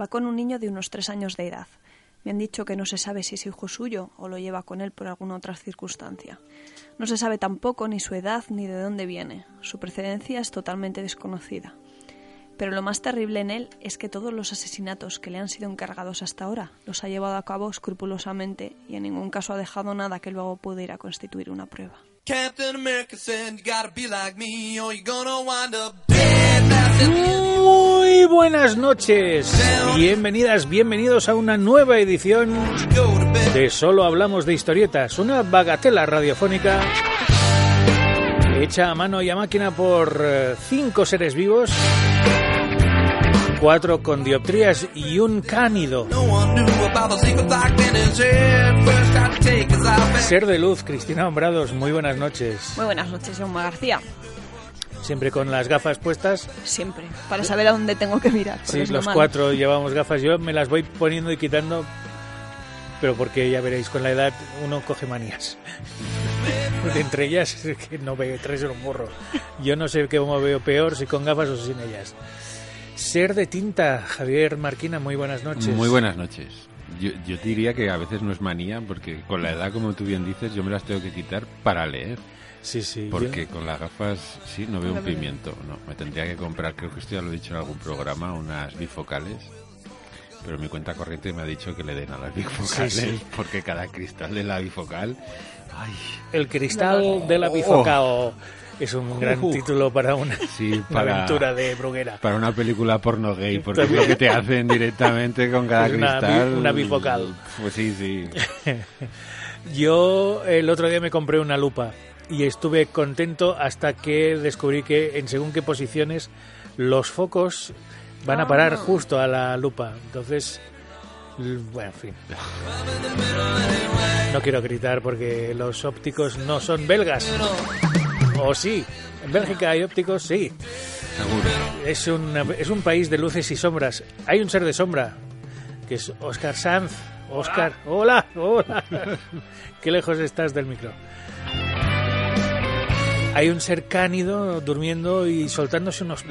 Va con un niño de unos tres años de edad. Me han dicho que no se sabe si es hijo suyo o lo lleva con él por alguna otra circunstancia. No se sabe tampoco ni su edad ni de dónde viene. Su procedencia es totalmente desconocida. Pero lo más terrible en él es que todos los asesinatos que le han sido encargados hasta ahora los ha llevado a cabo escrupulosamente y en ningún caso ha dejado nada que luego pudiera constituir una prueba. Captain America said you gotta be like me or you're gonna wind up dead. That's it. Muy buenas noches, bienvenidas, bienvenidos a una nueva edición Go to bed. de Solo Hablamos de Historietas, una bagatela radiofónica hecha a mano y a máquina por eh, cinco seres vivos, cuatro con dioptrías y un cánido. No one knew about the secret like in his head. First I take his eye Ser de luz, Cristina Hombrados, muy buenas noches. Muy buenas noches, Jaume García. Siempre con las gafas puestas. Siempre, para saber a dónde tengo que mirar. porque Sí, es lo los malo. cuatro llevamos gafas. Yo me las voy poniendo y quitando, pero porque ya veréis, con la edad uno coge manías. De Entre ellas es que no ve tres en un burro. Yo no sé cómo veo peor, si con gafas o sin ellas. Ser de tinta, Javier Marquina, muy buenas noches. Muy buenas noches. Yo, yo te diría que a veces no es manía, porque con la edad, como tú bien dices, yo me las tengo que quitar para leer. Sí, sí. yo- Porque con las gafas, sí, no veo No un veo. pimiento. No, me tendría que comprar, creo que esto ya lo he dicho en algún programa, unas bifocales. Pero mi cuenta corriente me ha dicho que le den a las bifocales, Sí, sí. porque cada cristal de la bifocal. ¡Ay! El cristal de la Oh. bifocao es un gran Uh. título para una, Sí, una para. aventura de Bruguera. Para una película porno gay, porque es lo que te hacen directamente con cada Es una bi- cristal. una bifocal. Pues sí, sí. Yo el otro día me compré una lupa y estuve contento hasta que descubrí que en según qué posiciones los focos van a parar justo a la lupa. Entonces, l- bueno, en fin. No quiero gritar porque los ópticos no son belgas. O sí, en Bélgica hay ópticos, sí. Seguro. Es, una- es un país de luces y sombras. Hay un ser de sombra, que es Oscar Sanz. Oscar, hola, hola. Qué lejos estás del micro. Hay un ser cánido durmiendo y soltándose unos,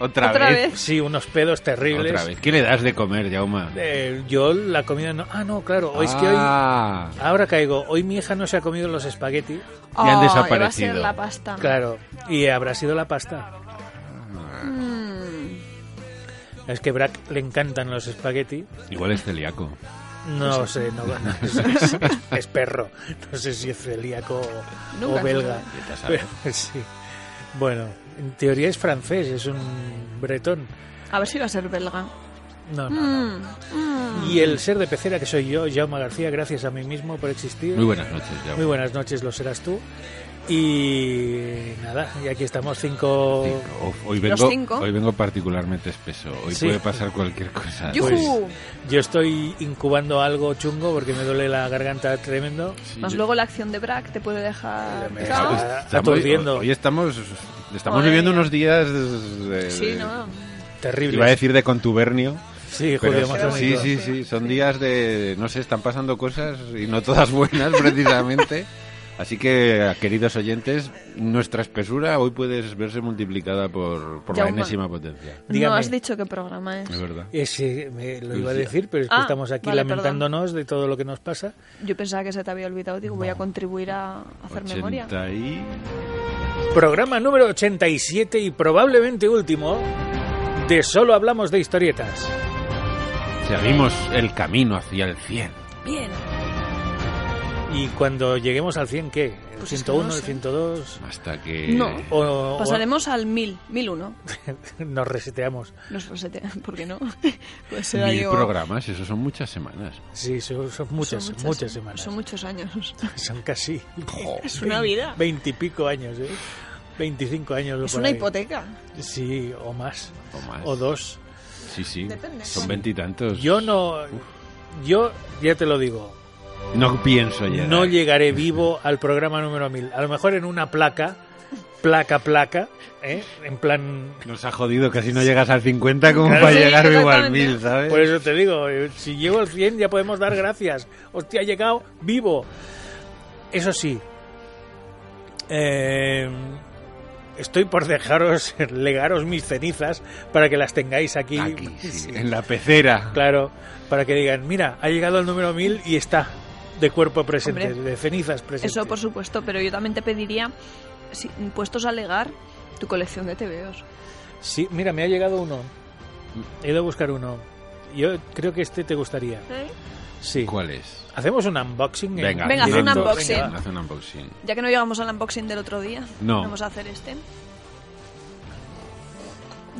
Otra, Otra vez. vez. sí, unos pedos terribles. Otra vez. ¿Qué le das de comer, Jauma? Eh, yo la comida no. Ah, no, claro. hoy Es que hoy. ah, Ahora caigo. Hoy mi hija no se ha comido los espaguetis. Ya han Oh, iba a desaparecido. ser la Ah. pasta. Claro. Y habrá sido la pasta. Ah. Mm, Es que a Brack le encantan los espaguetis. Igual es celíaco. No sé, no, no, es, es- es perro. No sé si es celíaco o- o, Nunca se belga. Vete a saber. Pero sí. Bueno, en teoría es francés, es un bretón. a ver si va a ser belga. No, no, no. Mm, mm. Y el ser de pecera que soy yo, Jaume García, gracias a mí mismo por existir. Muy buenas noches, Jauma. Muy buenas noches, lo serás tú. Y nada, y aquí estamos cinco. Cinco. Uf, Hoy Los vengo, cinco. hoy vengo particularmente espeso. Hoy Sí. puede pasar cualquier cosa. ¡Yujú! pues, Yo estoy incubando algo chungo porque me duele la garganta tremendo. Sí, Más Pues yo- luego la acción de Brack te puede dejar Me picado. está- Estamos- aturdiendo. Hoy estamos, estamos Madre viviendo mía. unos días. eh, Sí, ¿no? Terrible. Iba a decir de contubernio. Sí, Pero judío sí, masónico. sí, sí, son días de, no sé, están pasando cosas y no todas buenas precisamente. Así que, queridos oyentes, nuestra espesura hoy puede verse multiplicada por, por la Jaume. enésima potencia. No Dígame. has dicho qué programa es. Es verdad. Ese, me lo iba a Sí. decir, pero es que Ah, estamos aquí vale, lamentándonos de todo lo que nos pasa. Yo pensaba que se te había olvidado. Digo, voy a contribuir a hacer memoria. 80 y... Programa número 87 y probablemente último de Solo Hablamos de Historietas. Seguimos el camino hacia el 100. Bien. Y cuando lleguemos al 100, ¿qué? Pues es que 101, no el sé. 102. Hasta que... No. O, o- Pasaremos Pues al 1000, 1001. nos reseteamos. Los resete, ¿por qué no? Pues será Mil yo- programas, eso son muchas semanas. Sí, son, son muchas, son muchas, semanas. Son Son, muchos años. casi Es una vida. veintipico años, ¿eh? 25 años. o Es por una ahí. hipoteca. Sí, o más. O más. O dos. Sí, sí. Depende. Son veintitantos. Yo no. Yo, ya te lo digo, No pienso ya. no llegaré vivo al programa número 1000. A lo mejor en una placa, placa, placa, ¿eh? en plan. Nos ha jodido, casi no llegas al 50 como Claro. para Sí, llegar vivo al exactamente. 1000, ¿sabes? Por eso te digo, eh, si llego al 100 ya podemos dar gracias. Hostia, ha llegado vivo. Eso sí, eh, estoy por dejaros, legaros mis cenizas para que las tengáis aquí. Aquí, sí, Sí. en la pecera. Claro, para que digan, mira, ha llegado el número 1000 y está de cuerpo presente, Hombre, de cenizas presente. Eso por supuesto, pero yo también te pediría, si, puestos a alegar, tu colección de TVOs. Sí, mira, me ha llegado uno. He ido a buscar uno. Yo creo que este te gustaría. Sí. ¿Cuál es? Hacemos un unboxing. en Venga, Venga, haz un directo? unboxing. Venga, Haz un unboxing. Ya que no llegamos al unboxing del otro día, No. vamos a hacer este.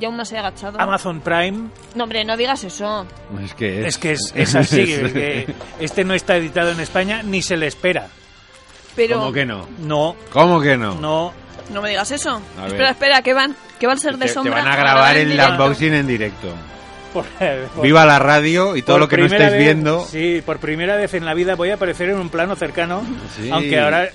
Y aún no se ha Ah, agachado. Amazon Prime No, hombre, no digas eso. Es que es, es que es, es así, es que este no está editado en España ni se le espera. Pero ¿Cómo que no? No, ¿Cómo que no? no, no me digas eso. A ver. espera, espera, que van, que va a ser Te- de sombra. te van a grabar grabar en el directo. unboxing en directo. por, por- Viva la radio y todo por lo que no primera estáis vez- viendo. Sí, por primera vez en la vida voy a aparecer en un plano cercano, Sí. aunque ahora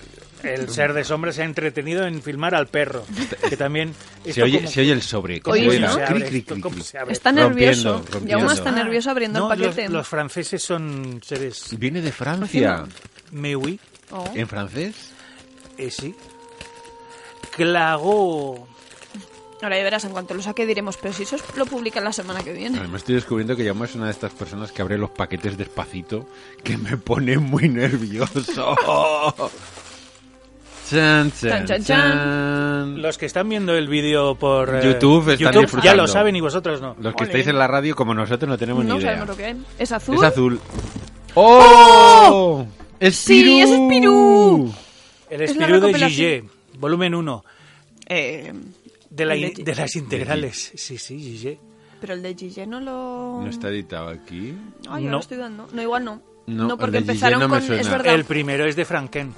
el ser de sombra se ha entretenido en filmar al perro, que también Se, esto oye, como- se oye el sobre. como Oye, se ¿no? abre, Cri, cri, esto cri, como cri. se abre. Está Rompiendo, nervioso. Y rompiendo. aún está nervioso abriendo Ah. No, el paquete. Los, los franceses son seres Viene de Francia. me oui, Oh. ¿En francés? eh, sí. Clago. Ahora ya verás, en cuanto lo saque diremos, pero si eso es- lo publican la semana que viene. Además estoy descubriendo que Yamo es una de estas personas que abre los paquetes despacito, que me pone muy nervioso. chan, Chan, chan, chan, chan. Los que están viendo el vídeo por eh, YouTube están ya disfrutando. lo saben y vosotros no. Los que Ole. estáis en la radio, como nosotros, no tenemos No ni idea. sabemos lo que es. ¿Es azul? Es azul. ¡Oh! ¡Es Sí, Pirú! es Pirú. Es El la espíritu de recopilación. Gigé, volumen 1, Eh, de, la el in- de- de las integrales. Sí, sí, Gigé. Pero el de Gigi no lo... ¿No está editado aquí? Ay, yo No. lo estoy dando. No, igual no. No, el porque de Gigi empezaron no me con... suena. Es verdad. El primero es de Franken.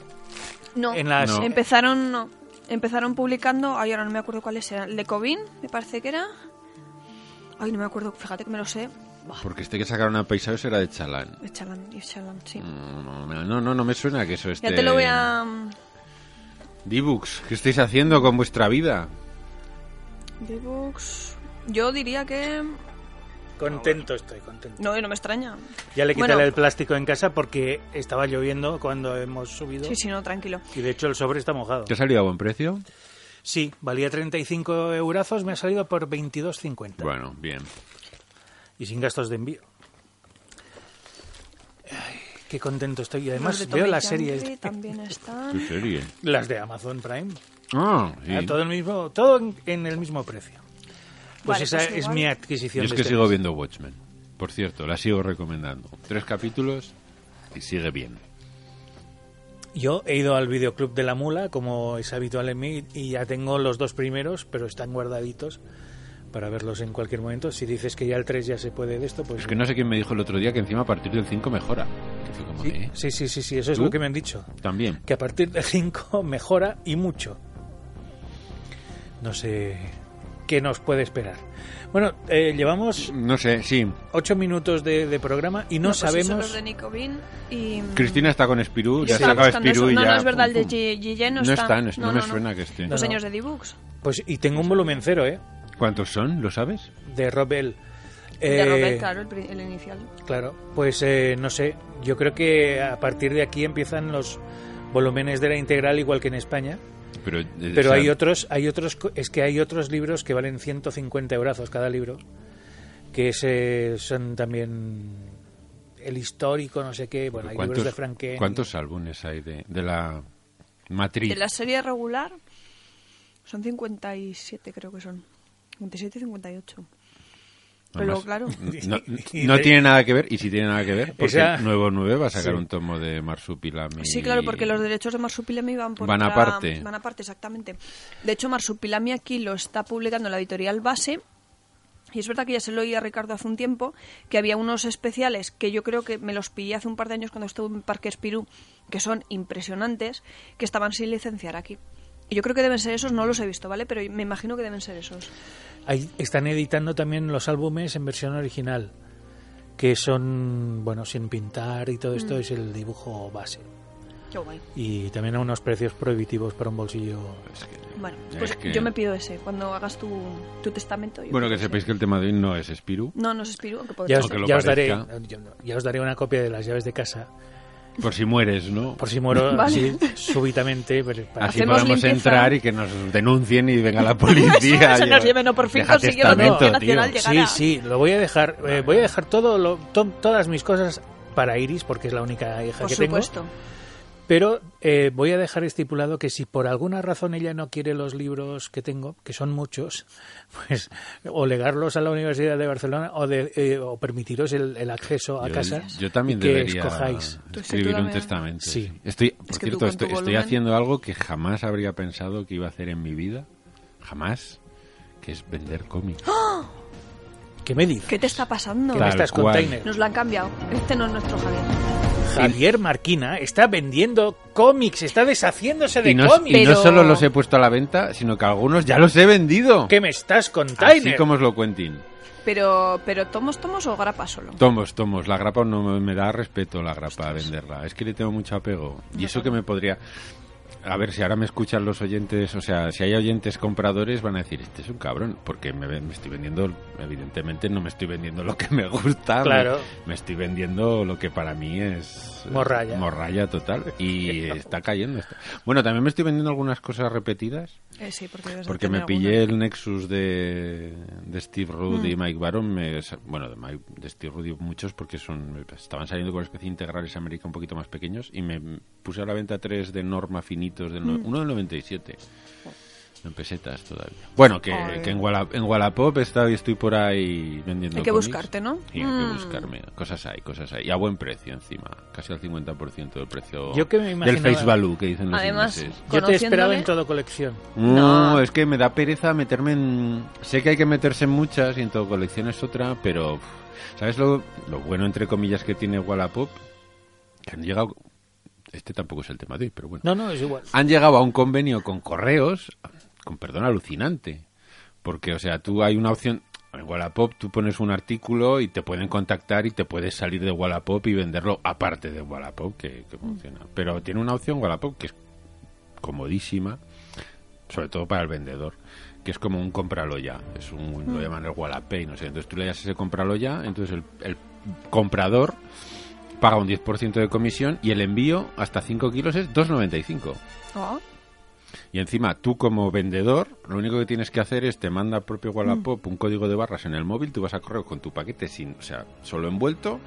No. en las- No. Empezaron... No. Empezaron publicando... Ay, ahora no me acuerdo cuáles eran. El de Covin, me parece que era. Ay, no me acuerdo. Fíjate que me lo sé. Buah, Porque este que sacaron a Paisados era de Chalán. Echalan, Echalan, sí. Mm, No, no, no me suena que eso esté... Ya te lo voy Eh. a... mm, Dibux, ¿qué estáis haciendo con vuestra vida? D-Books... Yo diría que... Contento estoy, contento. No, no me extraña. Ya le quité Bueno. el plástico en casa porque estaba lloviendo cuando hemos subido. Sí, sí, no, tranquilo. Y de hecho el sobre está mojado. ¿Te ha salido a buen precio? Sí, valía 35 eurazos, me ha salido por 22,50. Bueno, bien. Y sin gastos de envío. Ay, qué contento estoy. Y Los además de veo Tommy las Yankee series, de- También ¿Qué están. serie? las de Amazon Prime. Ah, Ah, sí. Todo, el mismo, todo en, en el mismo precio. Pues Vale, esa pues es igual. mi Yo adquisición. es de que este sigo mes. viendo Watchmen. Por cierto, la sigo recomendando. Tres capítulos y sigue bien. Yo he ido al videoclub de la mula, como es habitual en mí, y ya tengo los dos primeros, pero están guardaditos para verlos en cualquier momento. Si dices que ya el 3 ya se puede de esto, pues... Es que no sé quién me dijo el otro día que encima a partir del 5 mejora. Que fue como, sí, ¿eh? sí, sí, sí, sí, eso es ¿Tú? lo que me han dicho. También. que a partir de 5 mejora y mucho. No sé qué nos puede esperar. Bueno, eh, llevamos No sé, sí. 8 minutos de, de programa y no, pues esos son sabemos... los de Nico Bean y. mm, Cristina está con Spirú, Yo ya se estaba acaba buscando Spirú eso. y no, ya. no es verdad, pum, el de G- Gillet no, No está. está, no- no me suena que esté. Los No, no. señores de D-Books. Pues, y tengo un volumen cero, ¿eh? pum. ¿Cuántos son? ¿Lo sabes? De Rob Bell. De Eh, Robert, claro, el, pri- el inicial. Claro, pues eh, no sé, yo creo que a partir de aquí empiezan los volúmenes de la integral igual que en España, Pero, eh, pero o sea, hay otros, hay otros, co- es que hay otros libros que valen 150 euros cada libro, que se, son también el histórico, no sé qué, bueno, hay libros de Franken. ¿Cuántos álbumes hay de, de la matriz? De la serie regular son 57, creo que son. 57 y 58. Pero luego, claro, No, no tiene nada que ver, y si tiene nada que ver, porque Esa- Nuevo 9 va a sacar Sí. un tomo de Marsupilami. Sí, claro, porque los derechos de Marsupilami van por Van otra- aparte. Van aparte, exactamente. De hecho, Marsupilami aquí lo está publicando la editorial Base. Y es verdad que ya se lo oí a Ricardo hace un tiempo, que había unos especiales que yo creo que me los pillé hace un par de años cuando estuve en Parque Espirú, que son impresionantes, que estaban sin licenciar aquí. Y yo creo que deben ser esos, no los he visto, ¿vale? Pero me imagino que deben ser esos. Ahí están editando también los álbumes en versión original, que son, bueno, sin pintar y todo esto es el dibujo base. Qué guay. Y también a unos precios prohibitivos para un bolsillo. Es que- Bueno, Es pues que- yo me pido ese. Cuando hagas tu, tu testamento. yo Bueno, pido que ese. sepáis que el tema de hoy no es Spiru. No, no es Espirú, aunque podría Ya os, ser. Aunque lo ya os daré, parezca. yo no- ya os daré una copia de las llaves de casa, Por si mueres, ¿no? por si muero Vale. así súbitamente. pero para- Así Hacemos podemos limpieza. entrar y que nos denuncien y venga la policía. Eso, eso nos Lleva- lleve, no, por fin Deja consiguió la testamento, Audiencia Nacional tío. llegará. Sí, sí, lo voy a dejar. eh, voy a dejar todo lo- to- todas mis cosas para Iris, porque es la única hija Por que supuesto. tengo. Pero eh, voy a dejar estipulado que si por alguna razón ella no quiere los libros que tengo, que son muchos, pues o legarlos a la Universidad de Barcelona o, de, eh, o permitiros el, el acceso a Yo- casa Yo, también y que debería escojáis. Tú es que tú escribir un también- testamento. Sí. Estoy, por Es que tú cierto, con estoy, tu estoy volumen- haciendo algo que jamás habría pensado que iba a hacer en mi vida. Jamás. Que es vender cómics. ¿Qué me dices? ¿Qué te está pasando? ¿Qué Claro. me estás cual. container? Nos lo han cambiado. Este no es nuestro Javier. Javier Marquina está vendiendo cómics, está deshaciéndose de Y no, y cómics. no Pero- solo los he puesto a la venta, sino que algunos ya los he vendido. ¿Qué me estás Así container? como os lo cuentin. Pero, pero tomos, tomos o grapa solo. Tomos, tomos. La grapa no me- me da respeto, la grapa, venderla. Es que le tengo mucho apego. Y eso que me podría... A ver, si ahora me escuchan los oyentes, o sea, si hay oyentes compradores, van a decir, este es un cabrón, porque me, ve- me estoy vendiendo, evidentemente no me estoy vendiendo lo que me gusta, me- Claro. me, estoy vendiendo lo que para mí es... Morralla. Morralla total. Y está cayendo. está- Bueno, también me estoy vendiendo algunas cosas repetidas. Eh, sí, porque, debes de Porque tener me pillé alguna. Mm. el Nexus de, de Steve Rudd y Mike Baron. me sa- bueno, de, Mike- de Steve Rudd y muchos porque son estaban saliendo con la especie integrales América un poquito más pequeños. Y me puse a la venta tres de Norma finitos, del Mm. no- uno del 97. En pesetas todavía. Bueno, que, Ay. que en, Walla- en Wallapop está, estoy por ahí vendiendo Hay que cómics. buscarte, ¿no? Sí, hay que Mm. buscarme. Cosas hay, cosas hay. Y a buen precio encima. Casi al 50% del precio Yo que me del imaginaba- face value que dicen los Además, ingleses. Yo te esperaba Conociéndole- en todo colección. No, No. es que me da pereza meterme en... Sé que hay que meterse en muchas y en todo colección es otra, pero... uf, ¿Sabes lo, lo bueno, entre comillas, que tiene Wallapop? Que han llegado... Este tampoco es el tema de hoy, pero bueno. No, no, es igual. Han llegado a un convenio con correos, con perdón, alucinante. Porque, o sea, tú hay una opción... En Wallapop tú pones un artículo y te pueden contactar y te puedes salir de Wallapop y venderlo aparte de Wallapop, que, que funciona. Pero tiene una opción Wallapop que es comodísima, sobre todo para el vendedor, que es como un cómpralo ya. Es un, lo llaman el Wallapay, no sé. Entonces tú le das ese cómpralo ya, entonces el, el comprador paga un 10% de comisión y el envío hasta 5 kilos es 2,95. Ah, Y encima, tú como vendedor, lo único que tienes que hacer es te manda el propio Mm. Wallapop un código de barras en el móvil, tú vas a correo con tu paquete sin, o sea, solo envuelto,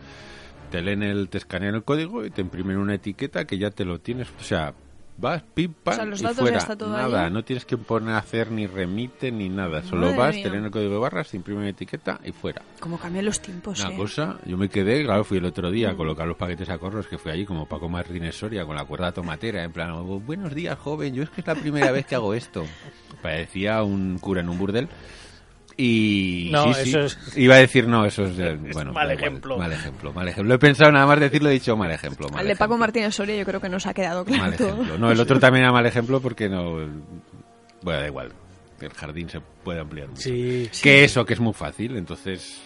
te leen el, te escanean el código y te imprimen una etiqueta que ya te lo tienes, o sea, vas pim pam O sea, los y datos ya fuera, está todo nada, ahí. no tienes que poner a hacer ni remite ni nada, solo Madre vas, mía. te leen el código de barras, te imprimen una etiqueta y fuera. Como cambian los tiempos, Una eh. cosa, yo me quedé, claro, fui el otro día a colocar los paquetes a corros que fui allí como Paco Martínez Soria con la cuerda tomatera, en plan, "Oh, buenos días, joven, yo es que es la primera vez que hago esto. Parecía un cura en un burdel. Y No, sí, sí, eso es- iba a decir, no, eso es, del- Es bueno, mal da igual, ejemplo. mal ejemplo, mal ejemplo. Lo he pensado nada más decirlo, he dicho mal ejemplo. Mal Al de Paco ejemplo, Martínez Soria yo creo que nos ha quedado mal claro todo. ejemplo. No, el otro también era mal ejemplo porque no. Bueno, da igual, el jardín se puede ampliar mucho Sí, sí. que eso, que es muy fácil, entonces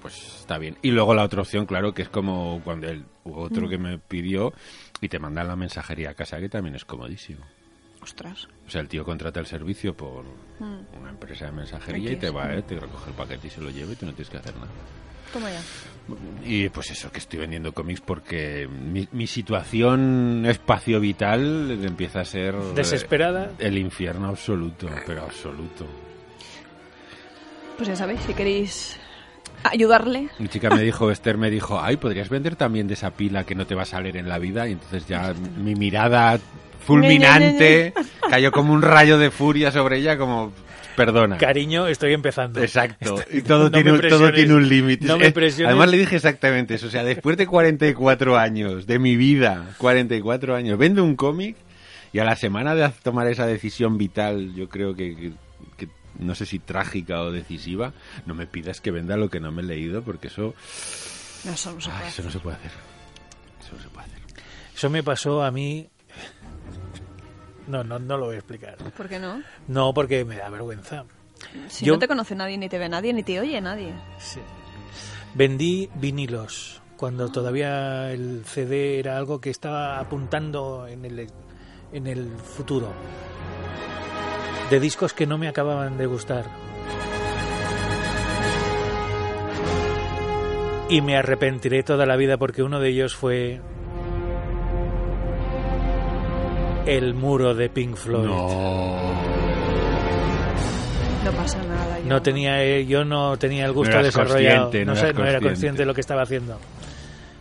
pues está bien. Y luego la otra opción, claro, que es como cuando el hubo otro que me pidió y te mandan la mensajería a casa, que también es comodísimo. Ostras. O sea, el tío contrata el servicio por una empresa de mensajería y Aquí te es. va, ¿eh? te recoge el paquete y se lo lleva y tú no tienes que hacer nada. Toma ya. Y pues eso, que estoy vendiendo cómics porque mi, mi situación espacio vital empieza a ser... eh, Desesperada. El infierno absoluto, pero absoluto. Pues ya sabéis, si queréis ayudarle, Mi chica me dijo, Esther me dijo, ay, podrías vender también de esa pila que no te va a salir en la vida. Y entonces ya mi mirada fulminante cayó como un rayo de furia sobre ella, como Perdona. Cariño, estoy empezando. Exacto. Estoy- Y todo, no tiene, me un- todo presiones, tiene un límite. No Eh, me presiones. Además le dije exactamente eso. O sea, después de 44 años de mi vida, 44 años, vendo un cómic y a la semana de tomar esa decisión vital, yo creo que, que- que no sé si trágica o decisiva, no me pidas que venda lo que no me he leído porque eso, No, eso no se ay, puede. Ah, eso no se puede hacer. Eso no se puede hacer. Eso me pasó a mí. No, no, no lo voy a explicar. ¿Por qué no? No, porque me da vergüenza. Si Yo- no te conoce nadie, ni te ve nadie, ni te oye nadie. Sí. Vendí vinilos cuando todavía el CD era algo que estaba apuntando en el, en el futuro. De discos que no me acababan de gustar. Y me arrepentiré toda la vida porque uno de ellos fue el muro de Pink Floyd. No pasa nada. yo- No tenía, eh, yo no tenía el gusto No eras desarrollado. consciente, no, no sé, eras no era consciente. consciente de lo que estaba haciendo.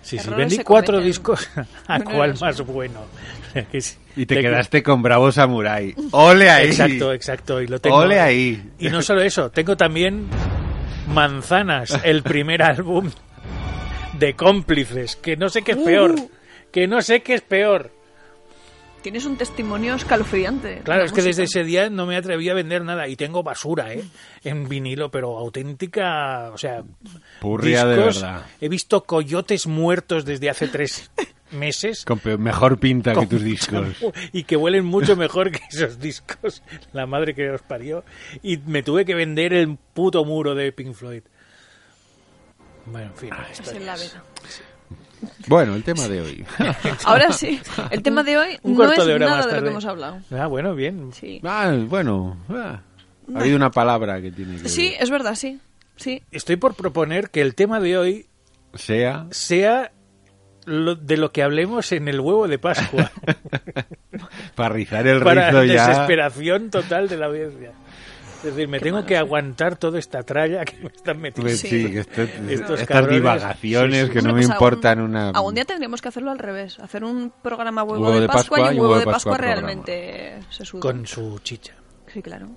Sí, sí, Errores vendí se cuatro cometen. discos. ¿A Uno cuál eres más bueno? Que sí. Y te De- quedaste con Bravo Samurai. ¡Ole ahí! Exacto, exacto. Y lo tengo. ¡Ole ahí! Y no solo eso, tengo también Manzanas, el primer álbum de cómplices, que no sé qué es peor. Uh. Que no sé qué es peor. Tienes un testimonio escalofriante. Claro, La es que desde música. ese día no me atreví a vender nada y tengo basura, ¿eh? En vinilo, pero auténtica, o sea, Purria de discos. verdad. He visto coyotes muertos desde hace tres meses Con pe- mejor pinta que tus discos. y que huelen mucho mejor que esos discos. La madre que los parió. Y me tuve que vender el puto muro de Pink Floyd. Bueno, en fin. Ah, Así este- es la vida. Bueno, el tema de hoy. Ahora sí, el tema de hoy Un no cuarto es de hora nada más de lo que tarde. hemos hablado. Ah, bueno, bien. Sí. Ah, bueno, ah, ha habido una palabra que tiene que sí, es verdad, sí. Sí, Estoy por proponer que el tema de hoy sea sea lo- de lo que hablemos en el huevo de Pascua. para rizar el para rizo ya. desesperación total de la audiencia. Es decir, me tengo que aguantar toda esta tralla que me están metiendo. Pues sí, Sí. que esto- Estos estas cabrones. divagaciones Sí, sí. que no Bueno, me pues importan algún- una. Algún día tendríamos que hacerlo al revés. Hacer un programa huevo, de, Pascua, y un huevo de Pascua, realmente se suda. Con su chicha. Sí, claro.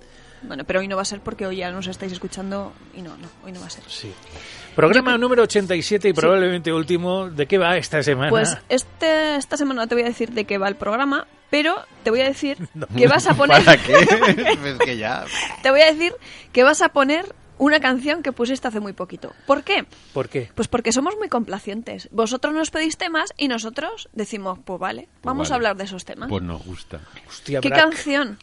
Bueno, pero hoy no va a ser porque hoy ya nos estáis escuchando y no, no, hoy no va a ser. Sí. Programa número 87 y probablemente último. ¿De qué va esta semana? Pues este, esta semana no te voy a decir de qué va el programa, pero te voy a decir que vas a poner... ¿Para qué? es que ya. Te voy a decir que vas a poner una canción que pusiste hace muy poquito. ¿Por qué? ¿Por qué? Pues porque somos muy complacientes. Vosotros nos pedís temas y nosotros decimos, pues vale, vamos vale. a hablar de esos temas. Pues nos gusta. Hostia, ¿Qué Brack. canción?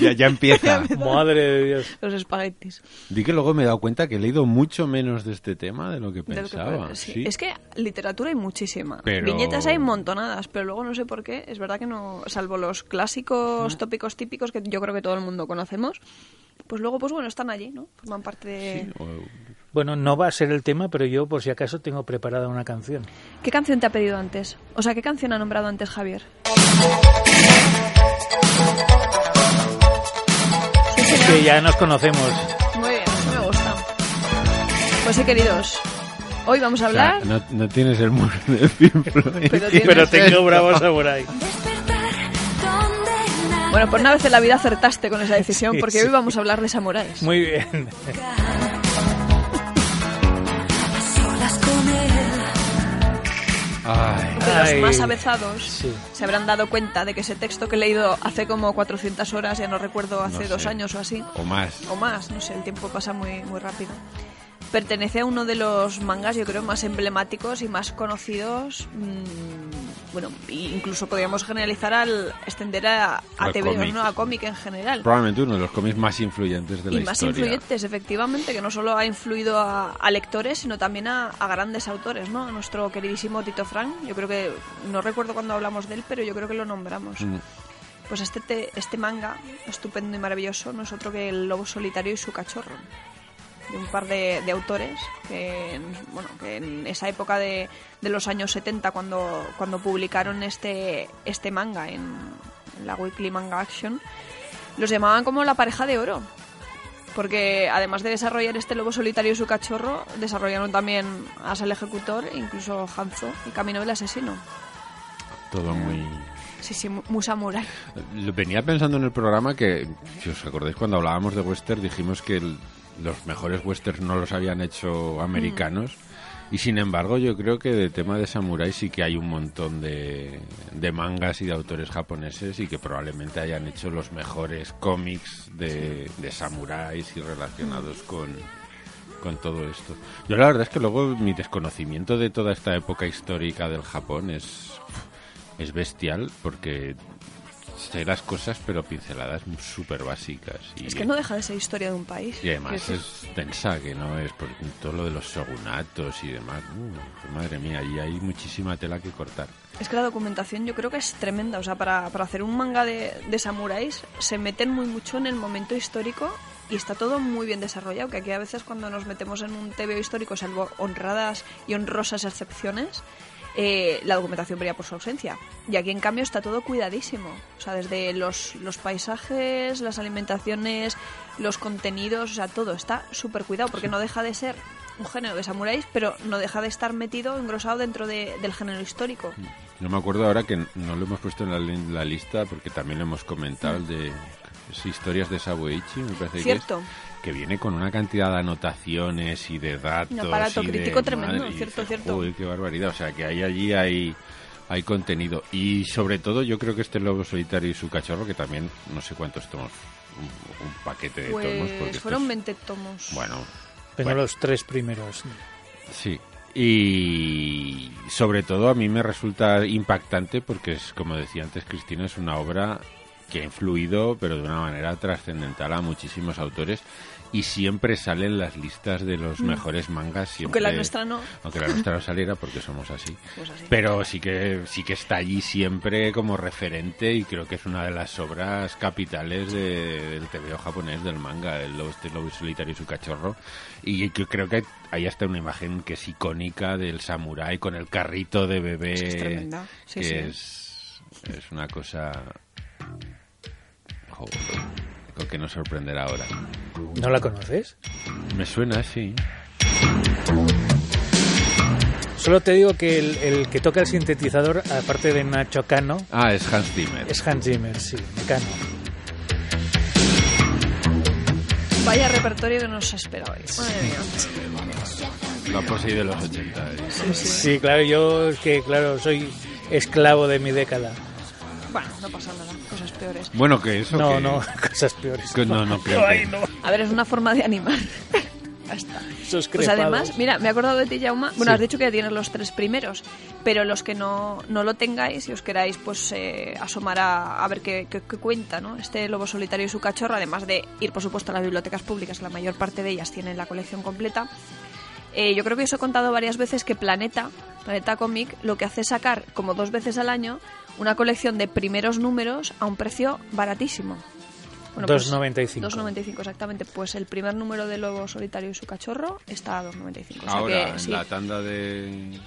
ya, ya empieza. Madre de Dios. Los espaguetis. Di que luego me he dado cuenta que he leído mucho menos de este tema de lo que De lo que pensaba. puede- sí. sí. Es que literatura hay muchísima. Pero- Viñetas hay montonadas, pero luego no sé por qué. Es verdad que no, salvo los clásicos tópicos típicos que yo creo que todo el mundo conocemos, pues luego, pues bueno, están allí, ¿no? Forman parte de... O- Bueno, no va a ser el tema, pero yo por si acaso tengo preparada una canción. ¿Qué canción te ha pedido antes? O sea, ¿qué canción ha nombrado antes Javier? Sí, señor. Que ya nos conocemos. Muy bien, eso me gusta. Pues sí, queridos, hoy vamos a o sea, hablar... no, no tienes el muro de Pink Floyd. Pero tienes- Pero tengo bravos samurai. Bueno, pues una vez en la vida acertaste con esa decisión, Sí, porque sí. hoy vamos a hablar de samuráis. Muy bien. Ay. Que los Ay. más avezados Sí. se habrán dado cuenta de que ese texto que he leído hace como 400 horas, ya no recuerdo, hace No dos sé. años o así, O más. o más, no sé, el tiempo pasa muy, muy rápido. Pertenece a uno de los mangas, yo creo, más emblemáticos y más conocidos. mm, bueno, e incluso podríamos generalizar al extender a, a Al TV, cómic. ¿no? a cómic en general. Probablemente uno de los cómics más influyentes de la y más historia. influyentes, efectivamente, que no solo ha influido a, a lectores, sino también a, a grandes autores, ¿no? A nuestro queridísimo Tito Frank, yo creo que, no recuerdo cuando hablamos de él, pero yo creo que lo nombramos. Mm. Pues este, te- este manga, estupendo y maravilloso, no es otro que El Lobo Solitario y su Cachorro, de un par de, de autores que, en- bueno, que en esa época de, de los años 70, cuando, cuando publicaron este, este manga en, en la Weekly Manga Action, los llamaban como la pareja de oro. Porque además de desarrollar este lobo solitario y su cachorro, desarrollaron también a el Ejecutor, e incluso Hanzo, el camino del asesino. Todo muy... Sí, sí, mu- muy samurai. Lo- Venía pensando en el programa que, si os acordáis, cuando hablábamos de western dijimos que el- los mejores westerns no los habían hecho americanos. Mm. Y sin embargo, yo creo que de tema de samuráis sí que hay un montón de, de mangas y de autores japoneses y que probablemente hayan hecho los mejores cómics de, de samuráis y relacionados con, con todo esto. Yo la verdad es que luego mi desconocimiento de toda esta época histórica del Japón es, es bestial porque sé las cosas pero pinceladas súper básicas. Y, Es que no deja de ser historia de un país. y además Quiero decir, es tensa que no es por todo lo de los shogunatos y demás. Uh, madre mía, ahí hay muchísima tela que cortar. es que la documentación yo creo que es tremenda. O sea, para, para hacer un manga de, de samuráis se meten muy mucho en el momento histórico y está todo muy bien desarrollado. Que aquí a veces cuando nos metemos en un TVO histórico, salvo honradas y honrosas excepciones, eh, la documentación brilla por su ausencia. Y aquí en cambio está todo cuidadísimo. O sea, desde los, los paisajes, las alimentaciones, los contenidos, o sea, todo está súper cuidado porque no deja de ser un género de samuráis, pero no deja de estar metido, engrosado dentro de- del género histórico. No me acuerdo ahora que no lo hemos puesto en la, li- la lista porque también lo hemos comentado el de es historias de Saboichi, me parece Cierto. que es, que viene con una cantidad de anotaciones y de datos. Un aparato y de- crítico tremendo, y cierto, dices, cierto. "Joder, qué barbaridad, o sea que ahí allí hay hay contenido y sobre todo yo creo que este lobo solitario y su cachorro que también no sé cuántos tomos un, un paquete de tomos porque Pues esto fueron es- 20 tomos. bueno Tengo Bueno. los tres primeros. Sí. Y sobre todo a mí me resulta impactante porque es, como decía antes Cristina, es una obra que ha influido, pero de una manera trascendental a muchísimos autores y siempre salen las listas de los mejores mangas. Mm. Aunque Siempre, la nuestra no. aunque la nuestra no saliera porque somos así. Pues así. Pero sí que, sí que está allí siempre como referente y creo que es una de las obras capitales de- del TVO japonés, del manga, el lobo, este lobo solitario y su cachorro. Y que creo que hay hasta una imagen que es icónica del samurái con el carrito de bebé. Es que es tremenda. Sí, que sí. Es, es una cosa... Joder, creo que nos sorprenderá ahora. ¿No la conoces? Me suena así. Solo te digo que el, el que toca el sintetizador, aparte de Nacho Cano, Ah, es Hans Zimmer. es Hans Zimmer, sí, Cano. Vaya repertorio que nos esperabais. Madre mía. La poseí de los 80. eh. Sí, claro, yo es que, claro, soy esclavo de mi década. Bueno, no pasa nada, cosas peores. Bueno, que eso... No, que- no, cosas peores. Que no, no creo Ay, que- no, A ver, es una forma de animar. Ya está. esos Pues crepados. además, mira, me he acordado de ti, Jauma. Bueno, has dicho que tienes los tres primeros, pero los que no, no lo tengáis y os queráis, pues eh, asomar a, a ver qué, qué- qué cuenta, ¿no? Este lobo solitario y su cachorro, además de ir, por supuesto, a las bibliotecas públicas, la mayor parte de ellas tienen la colección completa. Eh, yo creo que os he contado varias veces que Planeta, Planeta Comic, lo que hace es sacar, como dos veces al año, una colección de primeros números a un precio baratísimo. pues, 2,95. 2,95 exactamente. Pues el primer número de Lobo Solitario y su cachorro está a 2,95. O sea Ahora, que, en sí. la tanda de...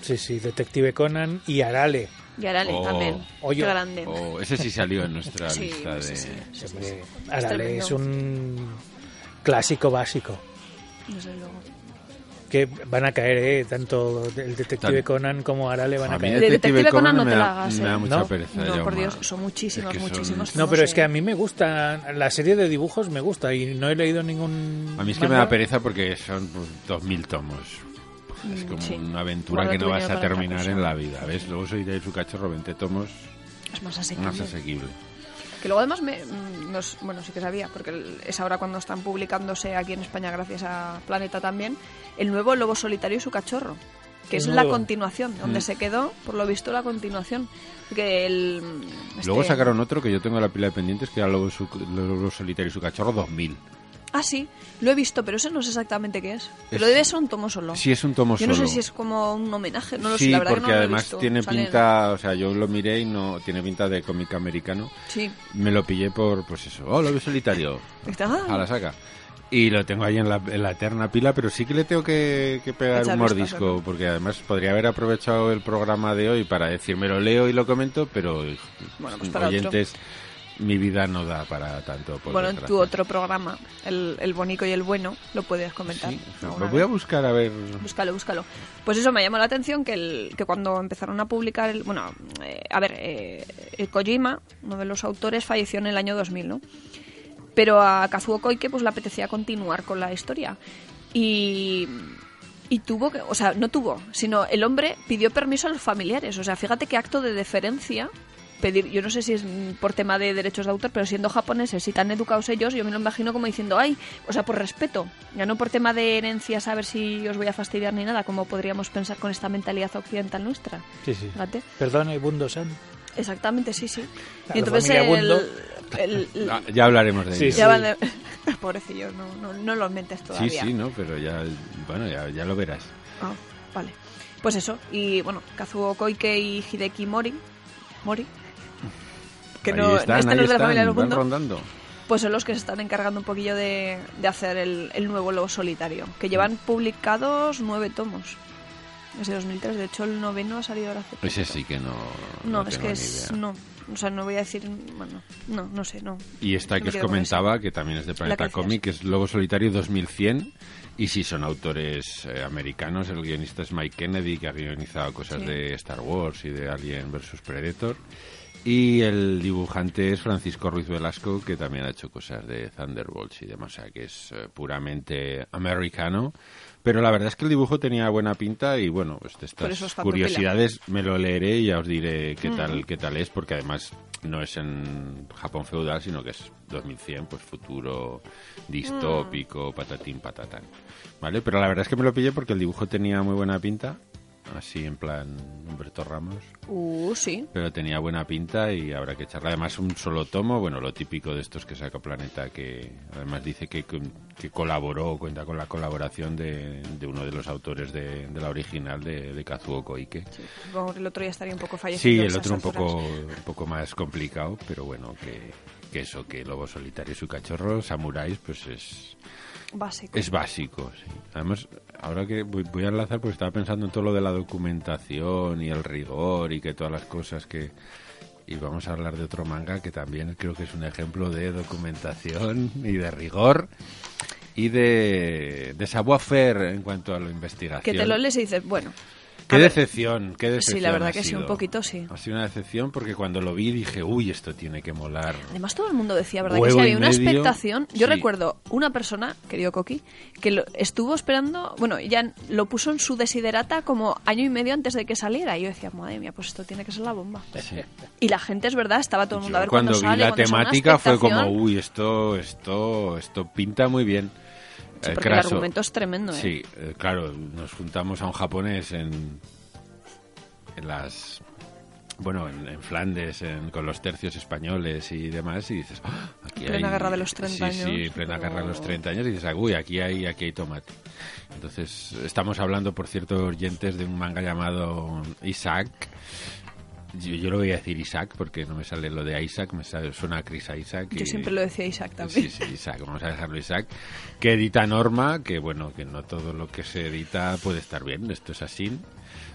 Sí, sí, Detective Conan y Arale. Y Arale Oh. también. Oye. Qué grande. Oh, ese sí salió en nuestra Sí, lista de... sí, sí, sí, sí, sí. Hombre, Arale tremendo. es un clásico básico. Desde luego. Este Que van a caer, ¿eh? Tanto el Detective Tan- Conan como Arale van a, A mí caer. De Detective Detective Conan Conan no me te da- la hagas. me da ¿eh? mucha No. pereza, No, por Jaume. Dios, son muchísimos, Es que son- muchísimos. No, pero es sé. que a mí me gusta, la serie de dibujos me gusta y no he leído ningún... A mí es que me manga. da pereza porque son pues, 2.000 tomos. Es Mm, como sí. una aventura Guarda que tu no vas dinero a para otra terminar cosa. en la vida, ¿ves? Luego soy de su cachorro, 20 tomos, Es más asequible. más asequible. Que luego además me, mm, nos- bueno, sí que sabía, porque el- es ahora cuando están publicándose aquí en España, gracias a Planeta también, el nuevo Lobo Solitario y su cachorro, que es El la nuevo. continuación, Mm. donde se quedó, por lo visto, la continuación. Que el, mm, este- Luego sacaron otro que yo tengo en la pila de pendientes, que era Lobo, Su- Lobo Solitario y su cachorro, 2.000. Ah, sí, lo he visto, pero ese no sé exactamente qué es. Pero Es- debe ser un tomo solo. Sí, es un tomo Yo solo. no sé si es como un homenaje, no lo sí, sé, la verdad porque que no lo he además visto. tiene Sale en- pinta, o sea, yo lo miré y no tiene pinta de cómic americano. Sí. Me lo pillé por, pues eso, oh, Lobo Solitario. Está- ah, a la saca. Y lo tengo ahí en la, en la eterna pila, pero sí que le tengo que, que pegar Echar un vistazo, mordisco, ¿no? porque además podría haber aprovechado el programa de hoy para decirme lo leo y lo comento, pero mm, Bueno, pues para oyentes mi vida no da para tanto. Por bueno, en desgracia. tu otro programa, el, el bonico y el bueno, lo puedes comentar. Sí, alguna lo voy a vez. buscar a ver. Búscalo, búscalo. Pues eso me llamó la atención que, el, que cuando empezaron a publicar, el, bueno, eh, a ver, eh, el Kojima, uno de los autores, falleció en el año 2000, ¿no? Pero a Kazuo Koike pues le apetecía continuar con la historia y y tuvo que, o sea, no tuvo, sino el hombre pidió permiso a los familiares, o sea, fíjate qué acto de deferencia pedir, yo no sé si es mm, por tema de derechos de autor, pero siendo japoneses y tan educados ellos, yo me lo imagino como diciendo, ay, o sea, por respeto, ya no por tema de herencias, a ver si os voy a fastidiar ni nada, como podríamos pensar con esta mentalidad occidental nuestra. Sí, sí. Fíjate. Perdone, Bundo-san. Exactamente, sí, sí. La Y entonces familia el, Bundo. el- el- Ah, ya hablaremos de Sí, ello. sí. ya van de- Pobrecillo, no, no, no lo mentes Sí, todavía. sí, no, pero ya, bueno, ya, ya lo verás. Ah, vale. Pues eso, y bueno, Kazuo Koike y Hideki Mori, Mori, que Ahí no, están, este ahí no es de la están, familia del van mundo, rondando. pues son los que se están encargando un poquillo de, de hacer el, el nuevo Lobo Solitario, que llevan Mm. publicados nueve tomos. Desde 2003, de hecho el noveno ha salido ahora hace poco. Ese sí que no. No, no es tengo que ni es... idea. No, o sea, no voy a decir... Bueno, no, no sé, no. Y esta No que me os quedo con eso. comentaba, que también es de Planeta decías. Comic, es Lobo Solitario 2100. Y sí, son autores eh, americanos. El guionista es Mike Kennedy, que ha guionizado cosas Sí. de Star Wars y de Alien vs. Predator. Y el dibujante es Francisco Ruiz Velasco, que también ha hecho cosas de Thunderbolts y demás, o sea, que es eh, puramente americano. Pero la verdad es que el dibujo tenía buena pinta y bueno, pues de Por eso estas está tu pila. curiosidades me lo leeré y ya os diré qué tal qué tal es, porque además no es en Japón feudal, sino que es 2100, pues futuro Mm. distópico, patatín, patatán. ¿Vale? Pero la verdad es que me lo pillé porque el dibujo tenía muy buena pinta, así en plan Humberto Ramos. Uh, sí. Pero tenía buena pinta y habrá que echarla. Además, un solo tomo, bueno, lo típico de estos que saca Planeta, que además dice que, que colaboró, cuenta con la colaboración de, de uno de los autores de, de la original, de, de Kazuo Koike. sí. Supongo que el otro ya estaría un poco fallecido. Sí, a el esas otro un alturas. poco, un poco más complicado, pero bueno, que, que eso, que Lobo Solitario y su cachorro, Samuráis, pues es, Básico. es básico, sí. Además, ahora que voy, voy a enlazar, pues estaba pensando en todo lo de la documentación y el rigor y que todas las cosas que... Y vamos a hablar de otro manga que también creo que es un ejemplo de documentación y de rigor y de, de savoir-faire en cuanto a la investigación. Que te lo lees y dices, bueno... Qué a ver, decepción, qué decepción. Sí, la verdad ha que sí, un sido. poquito sí. Ha sido una decepción porque cuando lo vi dije, uy, esto tiene que molar. Además, todo el mundo decía, ¿verdad? Huevo que sí, y había una medio, expectación. Yo sí. recuerdo una persona, querido Coqui, que lo estuvo esperando, bueno, ya lo puso en su desiderata como año y medio antes de que saliera. Y yo decía, madre mía, pues esto tiene que ser la bomba. Sí. Y la gente, es verdad, estaba todo el mundo Yo a ver cuando cuándo vi sale. la cuándo es una temática fue como, "Uh, expectación. uy, esto, esto, esto pinta muy bien. Sí, Eh, porque el Craso. argumento es tremendo, ¿eh? Sí, eh, claro, nos juntamos a un japonés en, en las... Bueno, en, en Flandes, en- con los tercios españoles y demás, y dices... "Ah, aquí Plena hay-". guerra de los 30 sí, Sí, años, plena pero- guerra de los 30 años, y dices, uy, aquí hay, aquí hay tomate. Entonces, estamos hablando, por cierto, oyentes, de un manga llamado Isaac, yo, yo lo voy a decir Isaac porque no me sale lo de Isaac, me sale- suena a Chris Isaac. Yo y- siempre lo decía Isaac Sí, también. sí, Isaac, vamos a dejarlo Isaac. Que edita Norma, que bueno, que no todo lo que se edita puede estar bien, esto es así.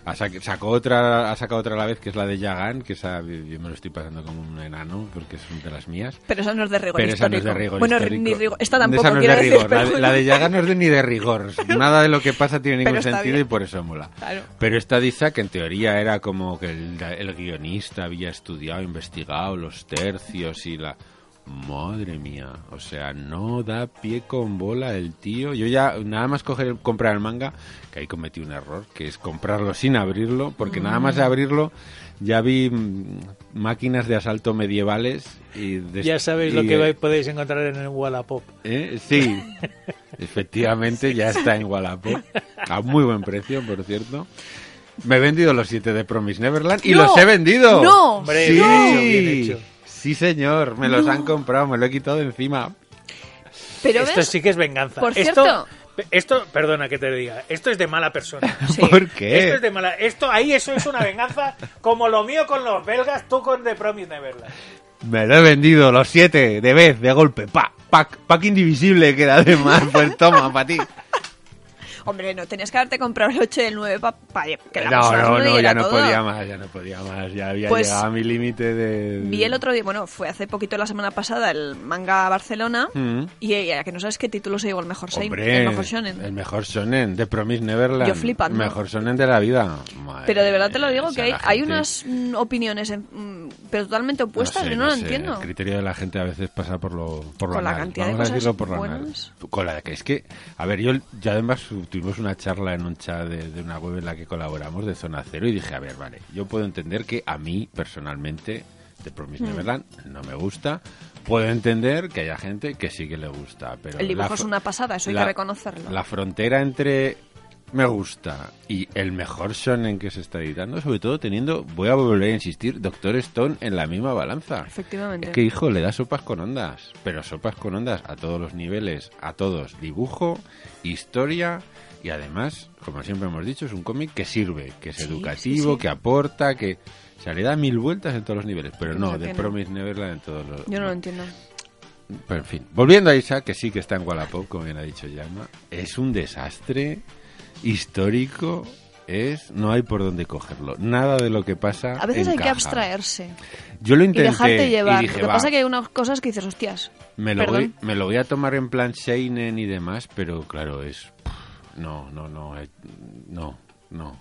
Ha, sac- sacó otra, ha sacado otra a la vez que es la de Yagan, que esa yo me lo estoy pasando como un enano porque es una de las mías. Pero esa no es de rigor Pero esa histórico. no es de rigor. bueno, histórico. ni rigor. Esta Esa tampoco no es quiero de decir, rigor. La pero de- La, de Yaga no es de ni de rigor. Nada de lo que pasa tiene Pero ningún está sentido y bien. por eso mola. Claro. Pero esta dice que en teoría era como que el, el guionista había estudiado, investigado los tercios y la. Madre mía, o sea, no da pie con bola el tío. Yo ya, nada más coger, el- comprar el manga, que ahí cometí un error, que es comprarlo sin abrirlo, porque nada Mm. más de abrirlo ya vi mm, máquinas de asalto medievales y... de- Ya sabéis y, lo que eh, vais- podéis encontrar en el Wallapop. ¿Eh? Sí, efectivamente ya está en Wallapop. A muy buen precio, por cierto. Me he vendido los siete de Promise Neverland y No, los he vendido. no, Hombre, sí, bien hecho, bien hecho. sí señor, me los han comprado, me lo he quitado de encima. Pero esto ves, sí que es venganza. Por esto, cierto- esto, perdona que te diga, esto es de mala persona. Sí. ¿Por qué? Esto es de mala. Esto ahí eso es una venganza como lo mío con los belgas, tú con The Promise Neverland. Me lo he vendido los siete de vez, de golpe, pa, pack, pack indivisible que era además, pues toma, para ti. Hombre, no, tenías que haberte comprado el 8 y el 9 para que la No, pasaras, no, Y no, era ya no todo. podía más, ya no podía más. Ya había Pues, llegado a mi límite de... Vi el otro día, bueno, fue hace poquito la semana pasada el manga Barcelona Mm. y ella, que no sabes qué título se llevó el mejor seinen, Hombre, Eh, el mejor shonen. El mejor shonen, de Promise Neverland. Yo flipando. El mejor shonen de la vida. Madre Pero de verdad te lo digo, esa que hay, eh, la hay gente- unas mm, opiniones, en- mm, pero totalmente opuestas, sé, yo no, lo sé, entiendo. El criterio de la gente a veces pasa por lo por lo Con la anal. cantidad de Vamos a cosas decirlo por lo buenas. anal. Con la que es que, a ver, yo ya además tuvimos una charla en un chat de, de una web en la que colaboramos de Zona Cero y dije, a ver, vale, yo puedo entender que a mí personalmente de Promise Hmm. Neverland no me gusta. Puedo entender que haya gente que sí que le gusta, pero El dibujo la es fr- una pasada, eso hay la- que reconocerlo. La frontera entre me gusta y el mejor shonen que se está editando, sobre todo teniendo, voy a volver a insistir, Doctor Stone en la misma balanza. Efectivamente. Es que, hijo, le da sopas con ondas, pero sopas con ondas a todos los niveles, a todos. Dibujo, historia y además, como siempre hemos dicho, es un cómic que sirve, que es Sí, educativo, sí, sí. que aporta, que... O sea, le da mil vueltas en todos los niveles, pero Yo no, creo de que no. Promise Neverland en todos los... Yo no no. lo entiendo. Pero en fin, volviendo a Isa, que sí que está en Wallapop, como bien ha dicho Yama, es un desastre histórico, es no hay por dónde cogerlo. Nada de lo que pasa. A veces hay que encaja. abstraerse Yo lo y intenté dejarte llevar. y dije, lo que "Va, pasa que hay unas cosas que dices, hostias, me lo, perdón. voy, me lo voy a tomar en plan Seinen y demás, pero claro, es pff, no, no, no, eh, no, no,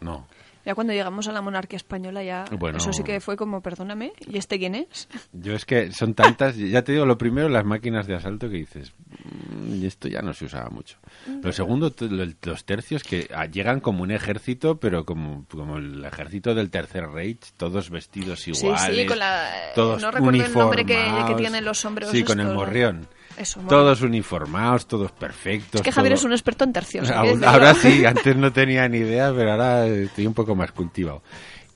no. Ya cuando llegamos a la monarquía española ya... Bueno. Eso sí que fue como, perdóname, ¿y este quién es? Yo es que son tantas, ya te digo, lo primero las máquinas de asalto que dices, "Mm, y esto ya no se usaba mucho. Mm. Lo segundo, t- lo- los tercios que ah, llegan como un ejército, pero como, como el ejército del Tercer Reich, todos vestidos iguales. sí, con la- eh, todos no recuerdo el nombre que- que uniformados. tienen los sombreros Sí, con el estos. morrión. Eso, mola. todos uniformados, todos perfectos. Es que Javier Pues todo- es un experto en tercios. hay que Aún- decirlo. ahora sí, antes no tenía ni idea, pero ahora estoy un poco más cultivado.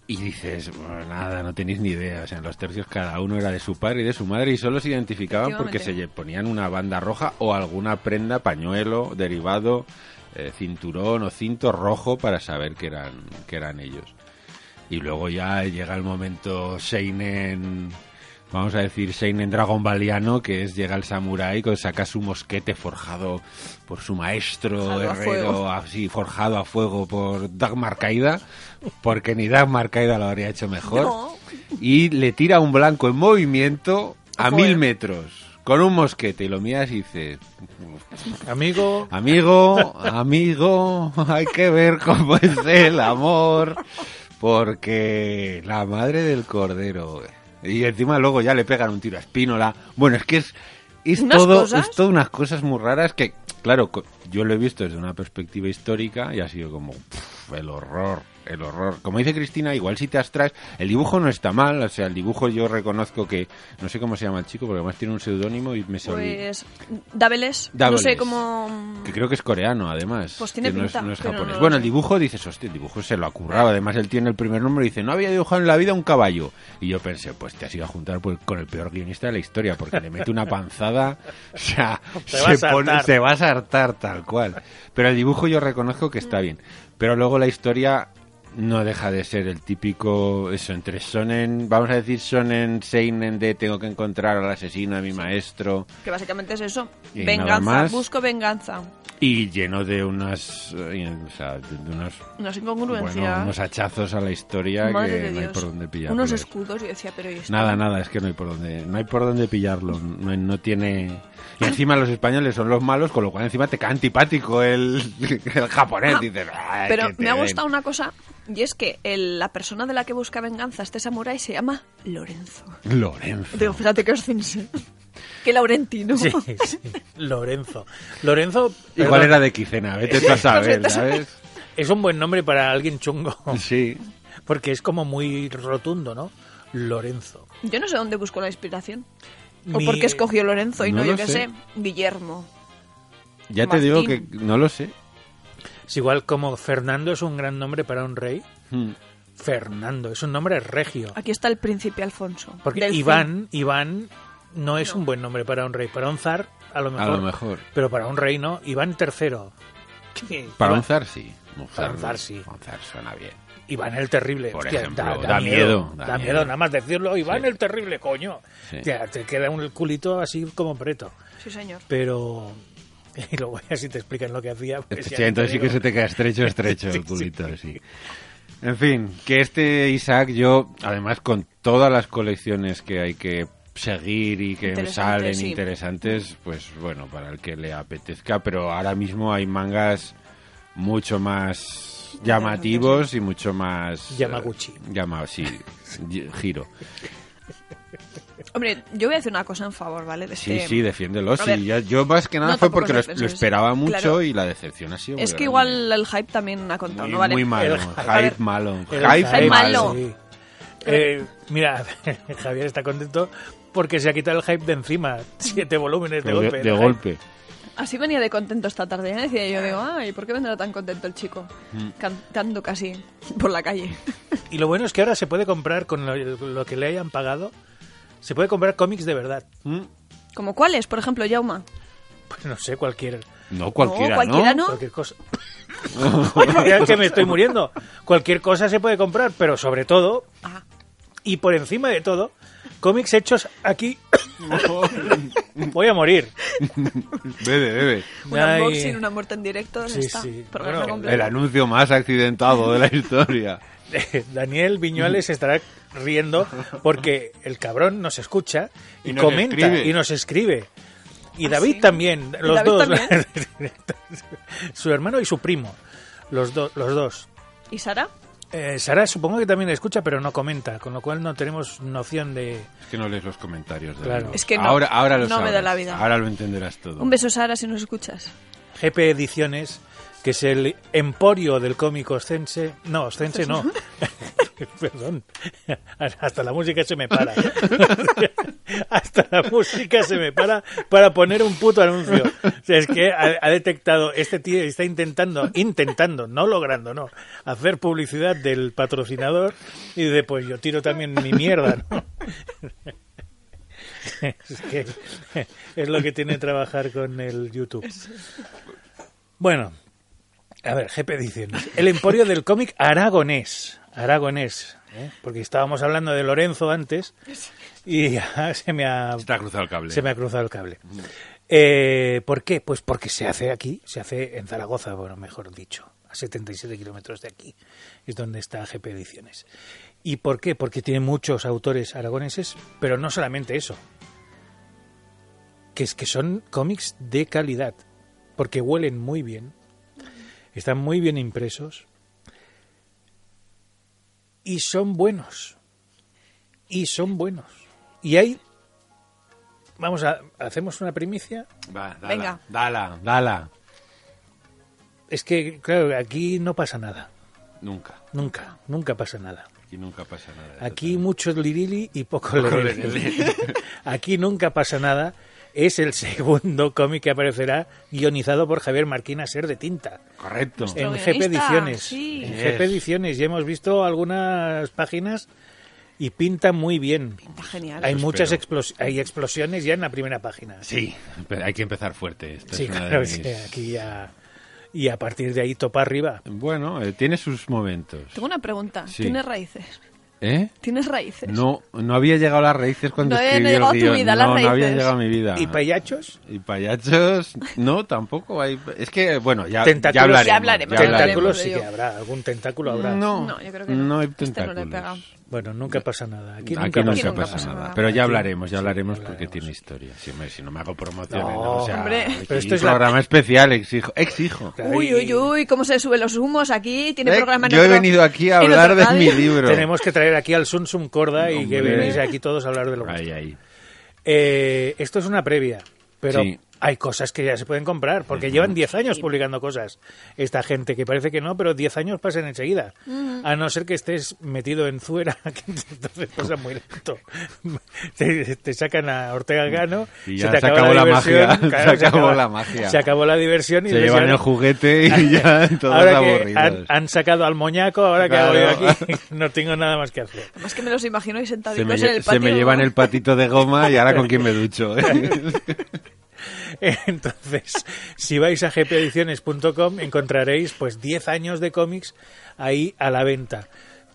Y dices, bueno, nada, no tenéis ni idea. O sea, en los tercios cada uno era de su padre y de su madre y solo se identificaban porque se lle- Efectivamente. ponían una banda roja o alguna prenda, pañuelo, derivado, eh, cinturón o cinto rojo para saber que eran, que eran ellos. Y luego ya llega el momento Seinen, vamos a decir Seinen Dragon Baliano, que es llega el samurái, que saca su mosquete forjado por su maestro, Forjado a herrero, fuego. así forjado a fuego por Dagmar Caída, porque ni Dagmar Caída lo habría hecho mejor. No. Y le tira un blanco en movimiento a Joder. mil metros. Con un mosquete y lo miras y dices, Amigo, Amigo, amigo, hay que ver cómo es el amor, porque la madre del cordero. eh, Y encima luego ya le pegan un tiro a Espínola. Bueno, es que es, es Unas todo, cosas. es todo unas cosas muy raras que, claro, co- yo lo he visto desde una perspectiva histórica y ha sido como pff, el horror, el horror. Como dice Cristina, igual si te abstraes, el dibujo no está mal, o sea, el dibujo yo reconozco que, no sé cómo se llama el chico, porque además tiene un seudónimo y me se olvida. Pues Dáveles, no Dáveles. sé cómo... Que creo que es coreano, además. Pues tiene que no es- pinta, no es pero no japonés. lo bueno, sé. el dibujo, dices, hostia, el dibujo se lo ha currado. Además, él tiene el primer nombre y dice, no había dibujado en la vida un caballo. Y yo pensé, pues te has ido a juntar pues, con el peor guionista de la historia, porque le mete una panzada. O sea, Te vas se, a pone- hartar. se vas a hartar tal cual. Pero el dibujo yo reconozco que Mm. está bien. Pero luego la historia no deja de ser el típico eso entre sonen vamos a decir sonen seinen de tengo que encontrar al asesino a mi maestro Que básicamente es eso. Y nada venganza, más. busco venganza. y lleno de unas eh, o sea, de de unas Unas bueno, incongruencias. unos hachazos a la historia Madre que de no hay Dios. por dónde pillarlo. Unos escudos, yo decía, pero ¿y esto? Nada, nada, es que no hay por dónde, no hay por dónde pillarlo, no, no tiene... Y encima los españoles son los malos, con lo cual encima te cae antipático el, el japonés, Ah, dices, "Ay, Pero que te me ha den". gustado una cosa, y es que el- la persona de la que busca venganza, este samurái, se llama Lorenzo. Lorenzo. Digo, fíjate que oscense. Que Laurentino. sí, sí, Lorenzo. Lorenzo Igual perdón, era de Quicena, vete tú a saber, ¿sabes? es un buen nombre para alguien chungo, Sí. porque es como muy rotundo, ¿no? Lorenzo. Yo no sé dónde buscó la inspiración. O Ni- por qué escogió Lorenzo y No no, yo lo qué sé. sé, Guillermo. Ya te digo que Martín. no lo sé. Es igual como Fernando es un gran nombre para un rey. Hmm. Fernando es un nombre regio. Aquí está el príncipe Alfonso. Porque Delfín. Iván, Iván no es un buen nombre para un rey. Para un zar, a lo mejor. lo mejor. Pero para un rey no. Iván III. ¿Qué? Para Iván- un zar, sí. Un Para un zar, sí. Un zar suena bien. Iván el Terrible. Por Hostia, ejemplo, da miedo, da Da, miedo. miedo. nada más decirlo. Iván Sí. el Terrible, coño. Sí. Ya, te queda un culito así como preto. Sí, señor. Pero Y luego ya si te explican lo que hacía... pues ya Sí, entonces sí te que digo. se te queda estrecho, estrecho el culito, sí. En fin, que este Isaac yo, además con todas las colecciones que hay que seguir y que Interesantes, salen sí. interesantes, pues bueno, para el que le apetezca, pero ahora mismo hay mangas mucho más llamativos y mucho más... Yamaguchi. eh, llama, sí, y- giro. Hombre, yo voy a decir una cosa en favor, ¿vale? De Sí, este- sí, defiéndelo. a ver, Sí, ya- yo más que nada no, fue tampoco porque lo, los es- lo defensores. esperaba mucho Claro. y la decepción ha sido... Es que grande. igual el hype también ha contado, Muy, ¿no? Vale. muy malo, El hype, hype. A ver, malo, El hype hype malo. sí. Eh, mira, Javier está contento porque se ha quitado el hype de encima. Siete volúmenes de Pero golpe. De, el hype. golpe. Así venía de contento esta tarde. ¿eh? Decía yo, digo, ay, ¿por qué vendrá tan contento el chico? Mm. Cantando casi por la calle. Y lo bueno es que ahora se puede comprar con lo, lo que le hayan pagado. Se puede comprar cómics de verdad. ¿Como cuáles? Por ejemplo, Yauma. Pues no sé, cualquier, No cualquiera, ¿no? no, cualquiera no. cualquier cosa. Mira que me estoy muriendo. Cualquier cosa se puede comprar, pero sobre todo, Ah, y por encima de todo, cómics hechos aquí. Voy a morir. Bebe, bebe. un Ay. unboxing, una muerte en directo, ya Sí, está. sí. Programa Bueno, completo. El anuncio más accidentado de la historia. Eh, Daniel Viñuales estará riendo porque el cabrón nos escucha y, Y nos comenta escribe. y nos escribe. Y Ah, David sí. también, ¿Y los David dos. también? su hermano y su primo, los, do- los dos. ¿Y Sara? Eh, Sara supongo que también escucha, pero no comenta, con lo cual no tenemos noción de... Es que no lees los comentarios. De Claro. Es que no. Ahora, ahora lo No me sabrás. da la vida. Ahora lo entenderás todo. Un beso, Sara, si nos escuchas. GP Ediciones, que es el emporio del cómic oscense. No, oscense no. Perdón. Hasta la música se me para. ¿eh? Hasta la música se me para para poner un puto anuncio. O sea, es que ha, ha detectado, este tío está intentando, intentando, no logrando, no, hacer publicidad del patrocinador y de pues yo tiro también mi mierda, ¿no? Es que es lo que tiene trabajar con el YouTube. Bueno, a ver, GP Ediciones. El emporio del cómic aragonés. Aragonés. ¿eh? Porque estábamos hablando de Lorenzo antes y ya se me ha, Está cruzado el cable. se me ha cruzado el cable. Eh, ¿Por qué? Pues porque se hace aquí, se hace en Zaragoza, bueno, mejor dicho, a 77 kilómetros de aquí, es donde está GP Ediciones. ¿Y por qué? Porque tiene muchos autores aragoneses, pero no solamente eso, que es que son cómics de calidad, porque huelen muy bien, están muy bien impresos y son buenos. Y son buenos. Y hay vamos a hacemos una primicia. Va, dala, Venga. Dala, dala. Es que claro, aquí no pasa nada, Nunca. nunca, nunca pasa nada. Aquí nunca pasa nada. Aquí mucho lirili y poco Poco lereli. lereli. Aquí nunca pasa nada. Es el segundo cómic que aparecerá guionizado por Javier Marquina Ser de Tinta. Correcto. En Nuestro GP guionista, Ediciones. sí. En Yes. GP Ediciones. Ya hemos visto algunas páginas y pinta muy bien. Está genial. Hay Eso muchas Pues espero. explos- hay explosiones ya en la primera página. Sí, pero hay que empezar fuerte. Esta Sí, es una de claro, mis- sí, aquí ya. Y a partir de ahí topa arriba. Bueno, eh, tiene sus momentos. Tengo una pregunta. Sí. ¿Tienes raíces? ¿Eh? ¿Tienes raíces? No, no había llegado a las raíces cuando No había escribí el llegado a tu guión. vida, no, las no había raíces. llegado a mi vida. ¿Y payachos? Y payachos, no, tampoco hay. Es que, bueno, ya, Tentáculos. ya Ya hablaremos, ya hablaremos. Tentáculos hablaremos sí de que ello. habrá, algún tentáculo habrá. No, No, yo creo que no. no hay Este no le tentáculos. pega. Bueno, nunca pasa nada. Aquí Aquí nunca, pasa, nunca nada. pasa nada. nada. Pero ya Aquí- hablaremos, sí, ya hablaremos porque hablaremos. tiene historia. Si, hombre, si no me hago promociones, No, no, o sea, hombre. aquí Pero esto es un la- programa especial, exijo. exijo. Claro, Uy, y- uy, uy, cómo se suben los humos aquí. Tiene Eh, programa en Yo he otro- venido aquí a en hablar otra de mi radio. libro. Tenemos que traer aquí al Sun Sun Corda y que Hombre. venís aquí todos a hablar de lo Ahí, vuestro. ahí. Eh, esto es una previa, pero Sí. hay cosas que ya se pueden comprar, porque llevan 10 años publicando cosas. Esta gente que parece que no, pero 10 años pasan enseguida. A no ser que estés metido en Zuera, que entonces pasa muy lento. Te, te sacan a Ortega Gano, Y se ya te se acaba acabó la, la diversión. magia, claro, se acabó la magia. Se acabó la diversión y Se les llevan han- el juguete y ya todos Ahora que aburridos. han, han sacado al moñaco, ahora que hago yo Claro. aquí, no tengo nada más que hacer. Además que me los imagino ahí sentaditos Se me, en lle- el se patio. me llevan el patito de goma y ahora con quién me ducho. ¿eh? Entonces, si vais a gpediciones.com encontraréis pues 10 años de cómics ahí a la venta.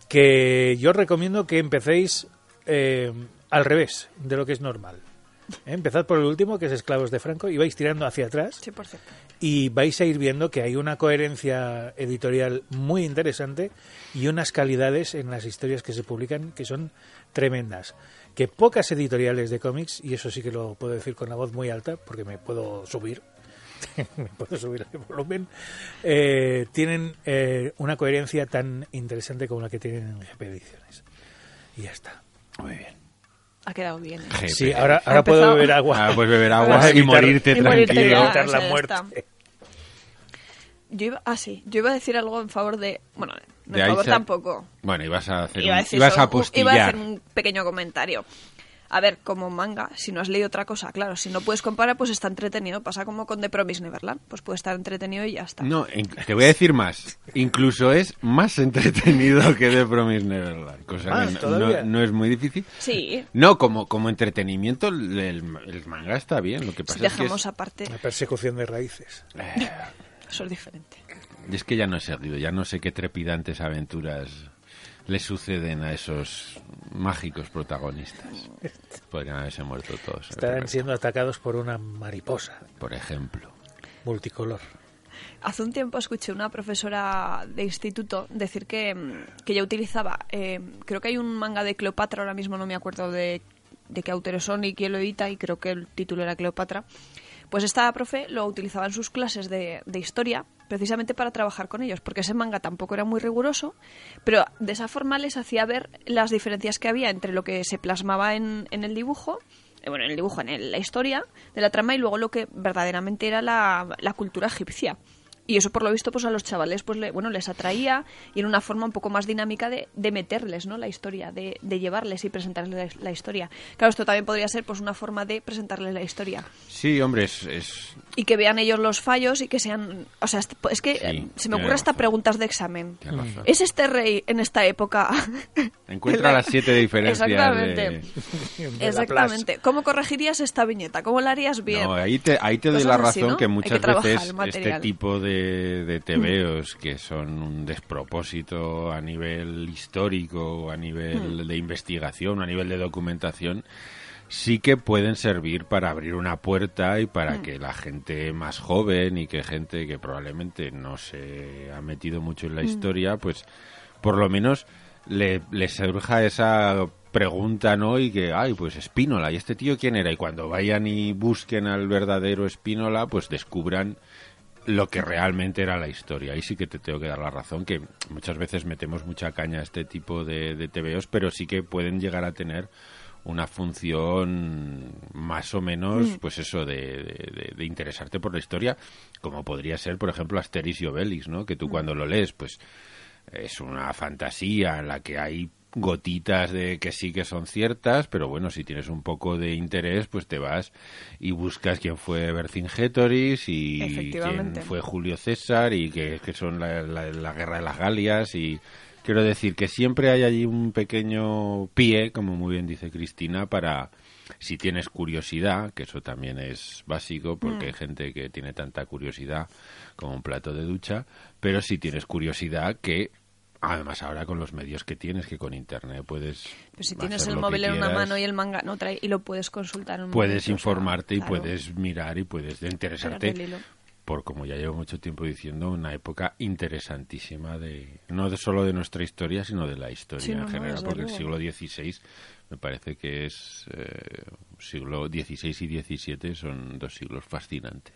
Que yo recomiendo que empecéis eh, al revés de lo que es normal. ¿eh? Empezad por el último, que es Esclavos de Franco, y vais tirando hacia atrás. Sí, por cierto. y vais a ir viendo que hay una coherencia editorial muy interesante y unas calidades en las historias que se publican que son tremendas. Que pocas editoriales de cómics, y eso sí que lo puedo decir con la voz muy alta, porque me puedo subir, me puedo subir el volumen, eh, tienen eh, una coherencia tan interesante como la que tienen en GP Ediciones. Y ya está. Muy bien. Ha quedado bien. ¿eh? Jepe. Sí, ahora, ahora Ha puedo empezado. beber agua. Ah, pues beber Ahora agua sí, y claro. morirte Y morirte tranquilo. ya. evitar o la sea, ya muerte. Yo iba, ah, sí, yo iba a decir algo en favor de... Bueno, no De en ahí favor se- tampoco. Bueno, ibas a hacer Iba a un- decir ibas solo- a iba a apostillar. hacer un pequeño comentario. A ver, como manga, si no has leído otra cosa, claro, si no puedes comparar, pues está entretenido. Pasa como con The Promise Neverland, pues puede estar entretenido y ya está. No, en- te voy a decir más. Incluso es más entretenido que The Promise Neverland. Cosa Ah, que no- todavía. no, no es muy difícil. Sí, No, como, como entretenimiento el, el- el manga está bien. Lo que pasa si es que dejamos es- aparte, La persecución de raíces. eso es diferente. Y es que ya no he seguido, ya no sé qué trepidantes aventuras le suceden a esos mágicos protagonistas. Podrían haberse muerto todos. es Estarán verdad, siendo atacados por una mariposa Por ejemplo. multicolor. Hace un tiempo escuché una profesora de instituto decir que, mm, que ya utilizaba, eh, creo que hay un manga de Cleopatra, ahora mismo no me acuerdo de, de qué autores son y quién lo edita, y creo que el título era Cleopatra. Pues esta profe lo utilizaba en sus clases de, de historia precisamente para trabajar con ellos, porque ese manga tampoco era muy riguroso, pero de esa forma les hacía ver las diferencias que había entre lo que se plasmaba en, en el dibujo eh, bueno, en el dibujo, en el- la historia de la trama y luego lo que verdaderamente era la, la cultura egipcia. Y eso, por lo visto, pues a los chavales, pues le- bueno, les atraía y en una forma un poco más dinámica de, de meterles, ¿no? La historia, de, de llevarles y presentarles la, la historia. Claro, esto también podría ser, pues, una forma de presentarles la historia Sí, hombre, es, es- y que vean ellos los fallos y que sean, o sea, est- es que Sí, eh, se me tiene ocurre hasta razón. preguntas de examen. tienes razón. ¿Es este rey en esta época? Encuentra las siete diferencias. de- Exactamente. De la Exactamente. ¿Cómo corregirías esta viñeta? ¿Cómo la harías bien? No, eh, ahí te, ahí te doy Cosas la así, razón ¿no? que Hay que muchas trabajar veces el este material. Mm. tipo de, de tebeos que son un despropósito a nivel histórico, a Mm. nivel de investigación, a nivel de documentación, sí que pueden servir para abrir una puerta y para que la gente más joven y que gente que probablemente no se ha metido mucho en la historia, pues por lo menos le, le surja esa pregunta, ¿no? Y que, ay, pues Espínola, ¿y este tío quién era? Y cuando vayan y busquen al verdadero Espínola, pues descubran lo que realmente era la historia. Ahí sí que te tengo que dar la razón, que muchas veces metemos mucha caña a este tipo de, de TVOs, pero sí que pueden llegar a tener una función más o menos, pues eso, de, de- de- de interesarte por la historia, como podría ser, por ejemplo, Asterix y Obelix, ¿no? Que tú cuando lo lees, pues es una fantasía en la que hay gotitas de que sí que son ciertas, pero bueno, si tienes un poco de interés, pues te vas y buscas quién fue Vercingetorix y quién Efectivamente. fue Julio César y que, que son la, la- la guerra de las Galias y quiero decir que siempre hay allí un pequeño pie, como muy bien dice Cristina, para si tienes curiosidad, que eso también es básico porque Mm. hay gente que tiene tanta curiosidad como un plato de ducha, pero si tienes curiosidad que además ahora con los medios que tienes que con internet puedes Pero Pues si tienes hacer el lo que móvil en una quieras mano y el manga no trae y lo puedes consultar en un puedes momento, o sea, informarte y claro. puedes mirar y puedes interesarte Pegarle el hilo. por como ya llevo mucho tiempo diciendo una época interesantísima de no de solo de nuestra historia sino de la historia Sí, no, en no, general desde porque luego. el siglo XVI me parece que es eh, siglo XVI y XVII son dos siglos fascinantes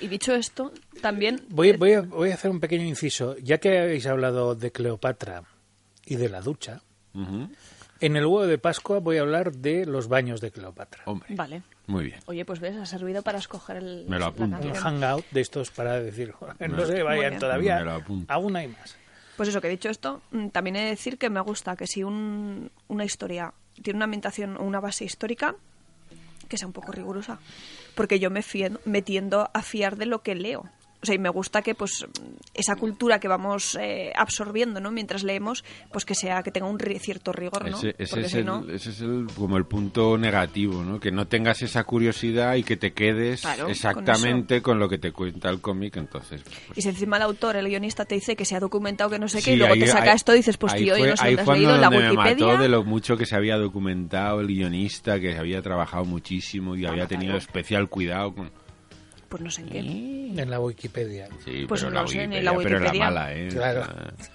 Y dicho esto, también Voy, eh, voy a, voy a hacer un pequeño inciso. Ya que habéis hablado de Cleopatra y de la ducha, Ujú. en el huevo de Pascua voy a hablar de los baños de Cleopatra. hombre vale. muy bien Oye, pues ves, ha servido para escoger el Me la lo apunto. Un canción. hangout de estos para decir, no Me- se Muy vayan bien. Me lo todavía, apunto. aún hay más. Pues eso, que dicho esto, mm, también he de decir que me gusta que si un- una historia tiene una ambientación o una base histórica, que sea un poco rigurosa. Porque yo me, fie- me tiendo a fiar de lo que leo. O o sea, y me gusta que pues esa cultura que vamos eh, absorbiendo, ¿no? Mientras leemos, pues que sea que tenga un ri- cierto rigor, ¿no? Ese, ese Porque es si el, no- ese es el- como el punto negativo, ¿no? Que no tengas esa curiosidad y que te quedes Claro, con exactamente con, lo que te cuenta el cómic, entonces... pues, Y si encima el autor, el guionista, te dice que se ha documentado que no sé qué, y sí, luego te ahí- saca ahí- esto y dices, pues ahí tío, yo fue- no sé ahí dónde has fue leído en la donde Me Wikipedia. mató de lo mucho que se había documentado el guionista, que había trabajado muchísimo y Ah, había tenido especial cuidado con... Pues no sé en qué. en la Wikipedia. Sí, Pues pero no la sé, Wikipedia, ni la pero la Wikipedia. mala, ¿eh? Claro.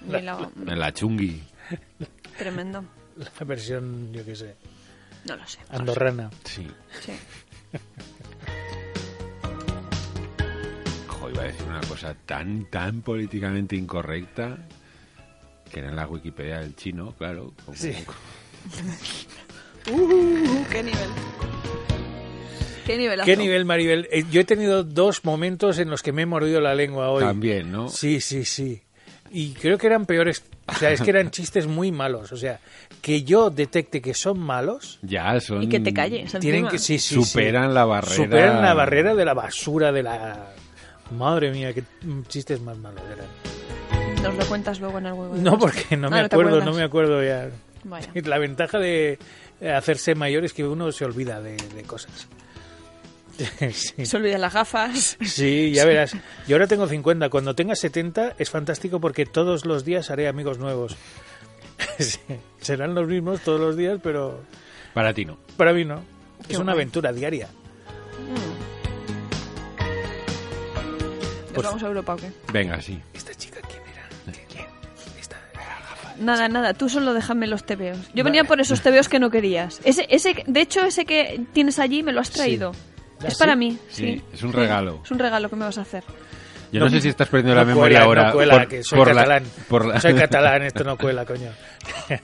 Ni la- O sea, la chungui. Tremendo. La versión, yo qué sé, No lo sé. andorrana. Sí. Sí. Jo, iba a decir una cosa tan, tan políticamente incorrecta que era en la Wikipedia del chino, claro. como- Sí. Uh, qué nivel. Qué nivelazo. ¿Qué nivel, Maribel? Eh, yo he tenido dos momentos en los que me he mordido la lengua hoy. También, ¿no? Sí, sí, sí. Y creo que eran peores. O sea, es que eran chistes muy malos. O sea, que yo detecte que son malos. Ya son... Y que te calles. Tienen encima. que, sí, sí, sí. Superan la barrera. Superan la barrera de la basura, de la. Madre mía, qué chistes más malos eran. Nos lo cuentas luego en algo. No, porque no me acuerdo, no, me acuerdo ya. Vaya. La ventaja de hacerse mayor es que uno se olvida de, de cosas. Sí. Se olvidan las gafas. Sí, ya verás. Yo ahora tengo 50. Cuando tenga 70 es fantástico porque todos los días haré amigos nuevos. Sí, Serán los mismos todos los días, pero Para ti no. para mí no. Qué Es una guay. aventura diaria. Nos Pues- vamos a Europa o qué? Venga, sí. ¿Esta chica quién era? ¿Quién? Esta Nada, nada, tú solo déjame los tebeos. Yo venía por esos tebeos que no querías. Ese, ese, de hecho, ese que tienes allí me lo has traído. ¿Ah, Es sí? para mí. Sí, Sí, es un regalo. Es un regalo que me vas a hacer. Yo no, No, sé si estás perdiendo la no memoria cuela, ahora. No cuela, por- que soy por la- catalán. por la- Soy catalán, esto no cuela, coño.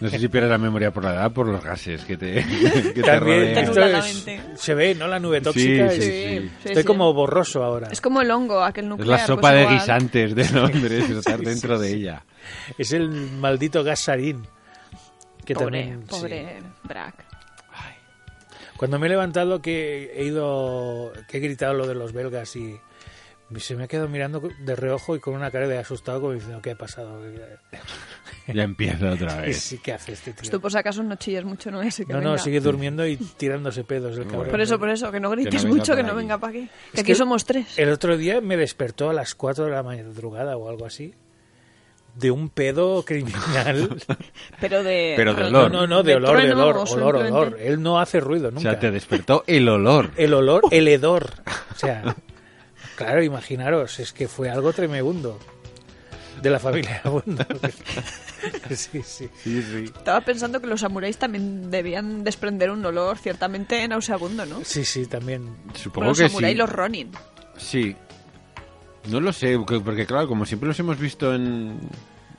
No sé si pierdes la memoria por la edad, por los gases que te, que te También rodean. esto Te anula la es- mente. se ve, ¿no? La nube tóxica. Sí, es- sí. Estoy como borroso ahora. Es como el hongo, aquel Es nuclear. la sopa pues de igual. guisantes de Londres, estar dentro de ella. Es el maldito gas sarín. Que Pobre, también, sí. pobre ¿eh? Brack. Cuando me he levantado que he ido, que he gritado lo de los belgas y se me ha quedado mirando de reojo y con una cara de asustado como diciendo ¿qué ha pasado? Ya empieza otra ¿Qué, vez. sí, ¿qué hace este Pues tío? tú por si acaso no chillas mucho, ¿no? Ese que No, no, venga. sigue durmiendo y tirándose pedos el cabrón. Por eso, por eso, que no grites venga mucho, por que no aquí. venga para aquí. Que Es aquí que- somos Eh, tres. El otro día me despertó a las 4 de la madrugada o algo así de un pedo criminal. Pero de. Pero de No, olor. no, no, de olor, de trueno olor, o olor, olor. simplemente- Él no hace ruido O nunca. sea, te despertó el olor. Eh, el olor, el hedor. O sea, claro, imaginaros, es que fue algo tremebundo. De la familia Abundo. Sí, sí. Sí, sí. Estaba pensando que los samuráis también debían desprender un olor ciertamente nauseabundo, ¿no? Sí, sí, también. Supongo Bueno, los que samuráis sí. y los ronin. Sí. No lo sé, porque, porque, claro, como siempre los hemos visto en,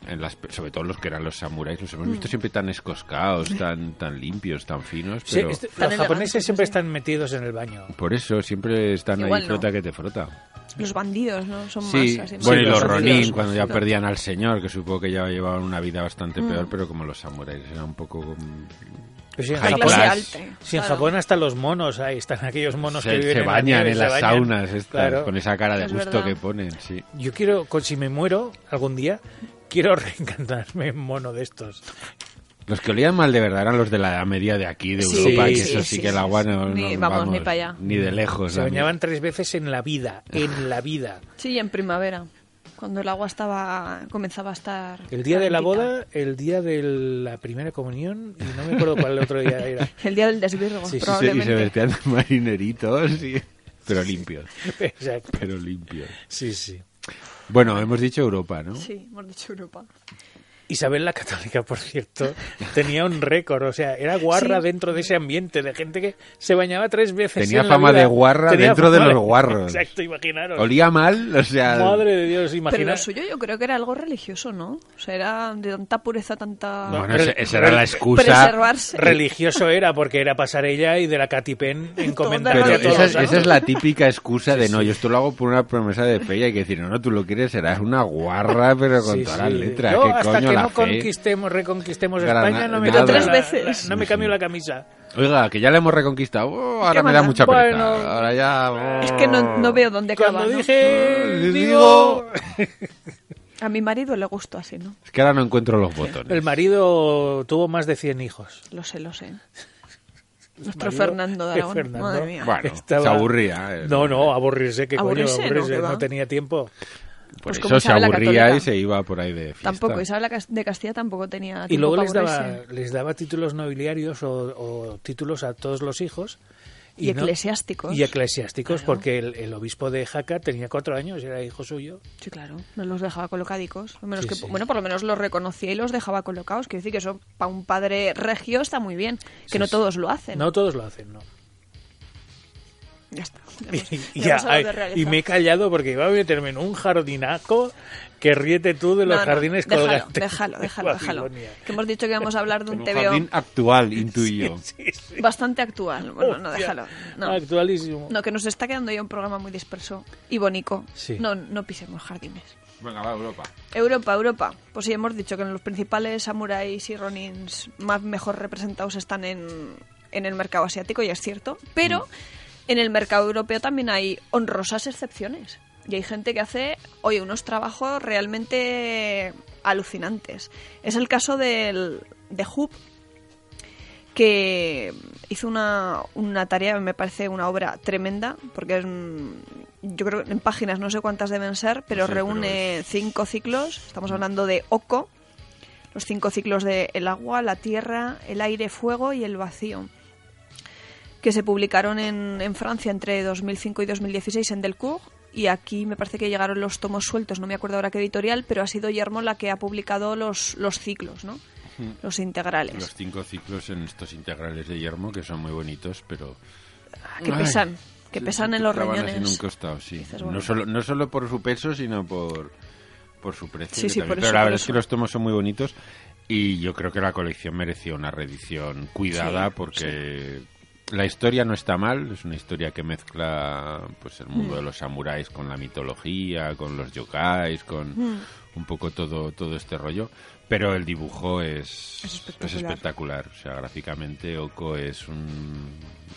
en las, pe- sobre todo los que eran los samuráis, los hemos Hmm. visto siempre tan escoscados, tan, tan limpios, tan finos, Sí, pero este- los elegantes, japoneses siempre sí. están metidos en el baño. por eso siempre están Igual ahí no. frota que te frota. Los bandidos, ¿no? Son Sí, más así. más- bueno, y Sí, los los ronin, bandidos. cuando ya Sí. perdían al señor, que supongo que ya llevaban una vida Mm. bastante peor, pero como los samuráis eran un poco... mm, Pues sí, en High La Japón, clase class. alta. sí, en claro. Japón hasta los monos ahí están aquellos monos que se, viven se en la bañan nieve, en se las bañan. saunas estas, Claro. con esa cara de Es gusto verdad. que ponen, sí. Yo quiero, con- si me muero algún día, quiero reencantarme en mono de estos. Pues Los que olían mal de verdad eran los de la media de aquí, de Sí, Europa, que sí, eso sí, sí, que el agua no, sí. Ni- no- vamos, ni pa' allá. Ni de lejos. Se a mí. bañaban tres veces en la vida, en la vida. Sí, en primavera, cuando el agua estaba comenzaba a estar. El día de la calentita. boda, el día de la primera comunión, y no me acuerdo cuál el otro día era. El día del desvirgo, Sí, sí, sí, y se Y se, y se probablemente. vestían de marineritos, y- pero limpios, O sea, pero limpios. sí, sí. Bueno, hemos dicho Europa, ¿no? Sí, hemos dicho Europa. Isabel la Católica, por cierto, tenía un récord, o sea, era guarra Sí. dentro de ese ambiente de gente que se bañaba tres veces. Tenía en la fama vida. de guarra dentro de los guarros. Exacto, imaginaros. Olía mal, o sea... Madre de Pero Dios, lo imaginaros. suyo yo creo que era algo religioso, ¿no? O sea, era de tanta pureza, tanta. Bueno, Pero- ese- esa era la excusa. preservarse. Religioso era porque era pasarella y de la Catipen encomendar Pero Toda la a esa, es- todos. ¿no? esa es la típica excusa de no, yo esto lo hago por una promesa de fe y hay que decir, no, no, tú lo quieres, serás una guarra, pero con Sí, todas sí. las letras. Yo ¿Qué hasta coño que la no fe. conquistemos, reconquistemos Granada- España, no me nada. cambio Tres la- veces. no me cambio la camisa. Oiga, que ya la hemos reconquistado. Oh, ahora me da mala. mucha pereza. Bueno. ahora ya. oh. Es que no, no veo dónde Eh, acaba. Cuando ¿no? dije, No, digo, A mi marido le gustó así, ¿no? Es que ahora no encuentro los botones. el marido tuvo más de 100 hijos. Lo sé, lo sé. Nuestro marido Fernando de de Aragón. Fernando. Madre mía. Bueno, Estaba- se aburría. eh. No, no, aburrirse, que coño, Aburrirse, ¿no? aburrirse, ¿Qué no, va? tenía tiempo. Por Pues como eso se Isabel la aburría Católica. y se iba por ahí de fiesta. Tampoco, Isabel la Cas- de Castilla tampoco tenía Y tiempo luego para les daba, aburrirse. les daba títulos nobiliarios o, o títulos a todos los hijos. Y no- eclesiásticos. Y eclesiásticos, Claro. porque el, el obispo de Jaca tenía cuatro años, era hijo suyo. Sí, claro, no los dejaba colocadicos. Lo menos Sí, que, sí. Bueno, por lo menos los reconocía y los dejaba colocados. Quiero decir que eso para un padre regio está muy bien, que no todos lo hacen. No todos lo hacen, ¿no? Ya está. ya Y, hemos- y ya ya, hemos hablado ay, pues de y realeza. me he callado porque iba a meterme en un jardinaco que ríete tú de los No, no, jardines déjalo, colgantes. Déjalo, de déjalo, déjalo. Babilonia. Que hemos dicho que íbamos a hablar de un En un TVO jardín actual, intuyo. Sí, sí. bastante actual. Bueno, no, Hostia, déjalo. No. Actualísimo. No, que nos está quedando ya un programa muy disperso y bonito. Sí. No, no pisemos jardines. Venga, va a Europa. Europa, Europa. Pues sí, hemos dicho que los principales samuráis y ronins más mejor representados están en, en el mercado asiático, y es cierto. Pero Mm. en el mercado europeo también hay honrosas excepciones. Y hay gente que hace, oye, unos trabajos realmente alucinantes. Es el caso del, de Hoop, que hizo una, una tarea, me parece una obra tremenda, porque es, un- yo creo que en páginas no sé cuántas deben ser, pero Sí, reúne pero cinco ciclos. Estamos hablando de Oco, los cinco ciclos de el agua, la tierra, el aire, fuego y el vacío, que se publicaron en, en Francia entre 2005 y 2016 en Delcourt. Y aquí me parece que llegaron los tomos sueltos, no me acuerdo ahora qué editorial, pero ha sido Yermo la que ha publicado los, los ciclos, ¿no? Los integrales. Los cinco ciclos en estos integrales de yermo que son muy bonitos, pero. Ah, que Ay, pesan, que pesan en los clavan así En un riñones. costado, sí. Dices, bueno. no, solo, no solo por su peso, sino por, por su precio. Sí, que sí, también- por pero eso, la por verdad es eso. que los tomos son muy bonitos y yo creo que la colección mereció una reedición cuidada Sí, porque la historia no está mal. Es una historia que mezcla pues el mundo Mm. de los samuráis con la mitología, con los yokais, con Mm. un poco todo, todo este rollo. Pero el dibujo es, Es espectacular. espectacular. O sea, gráficamente Oko es un,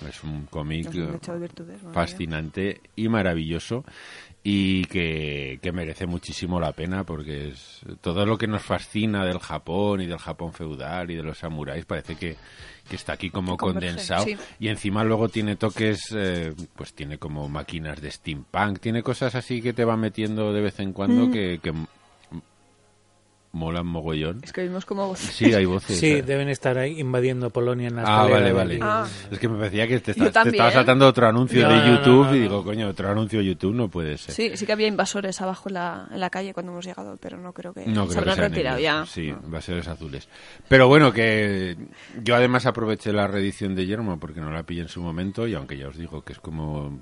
es un cómic Nos han eh, echado virtudes, madre mía. fascinante y maravilloso y que, que merece muchísimo la pena porque es todo lo que nos fascina del Japón y del Japón feudal y de los samuráis parece que, que está aquí como Converge, condensado sí. y encima luego tiene toques eh, pues tiene como máquinas de steampunk tiene cosas así que te va metiendo de vez en cuando Mm. que, que m- molan mogollón Es que vimos como voces. sí hay voces Sí, eh. deben estar ahí invadiendo Polonia en la Ah, escalera vale, del- vale. Ah. Es que me parecía que te, Yo estabas- te también. estabas saltando otro anuncio No, de no, no, YouTube no, y no. digo, coño, otro anuncio de YouTube no puede ser. Sí, sí que había invasores abajo en la, en la calle cuando hemos llegado, pero no creo que No se creo que habrán sean retirado ellos. ya. Sí, vaseros azules. Pero bueno, que yo además aproveché la reedición de Yermo porque no la pillé en su momento y aunque ya os digo que es como mm,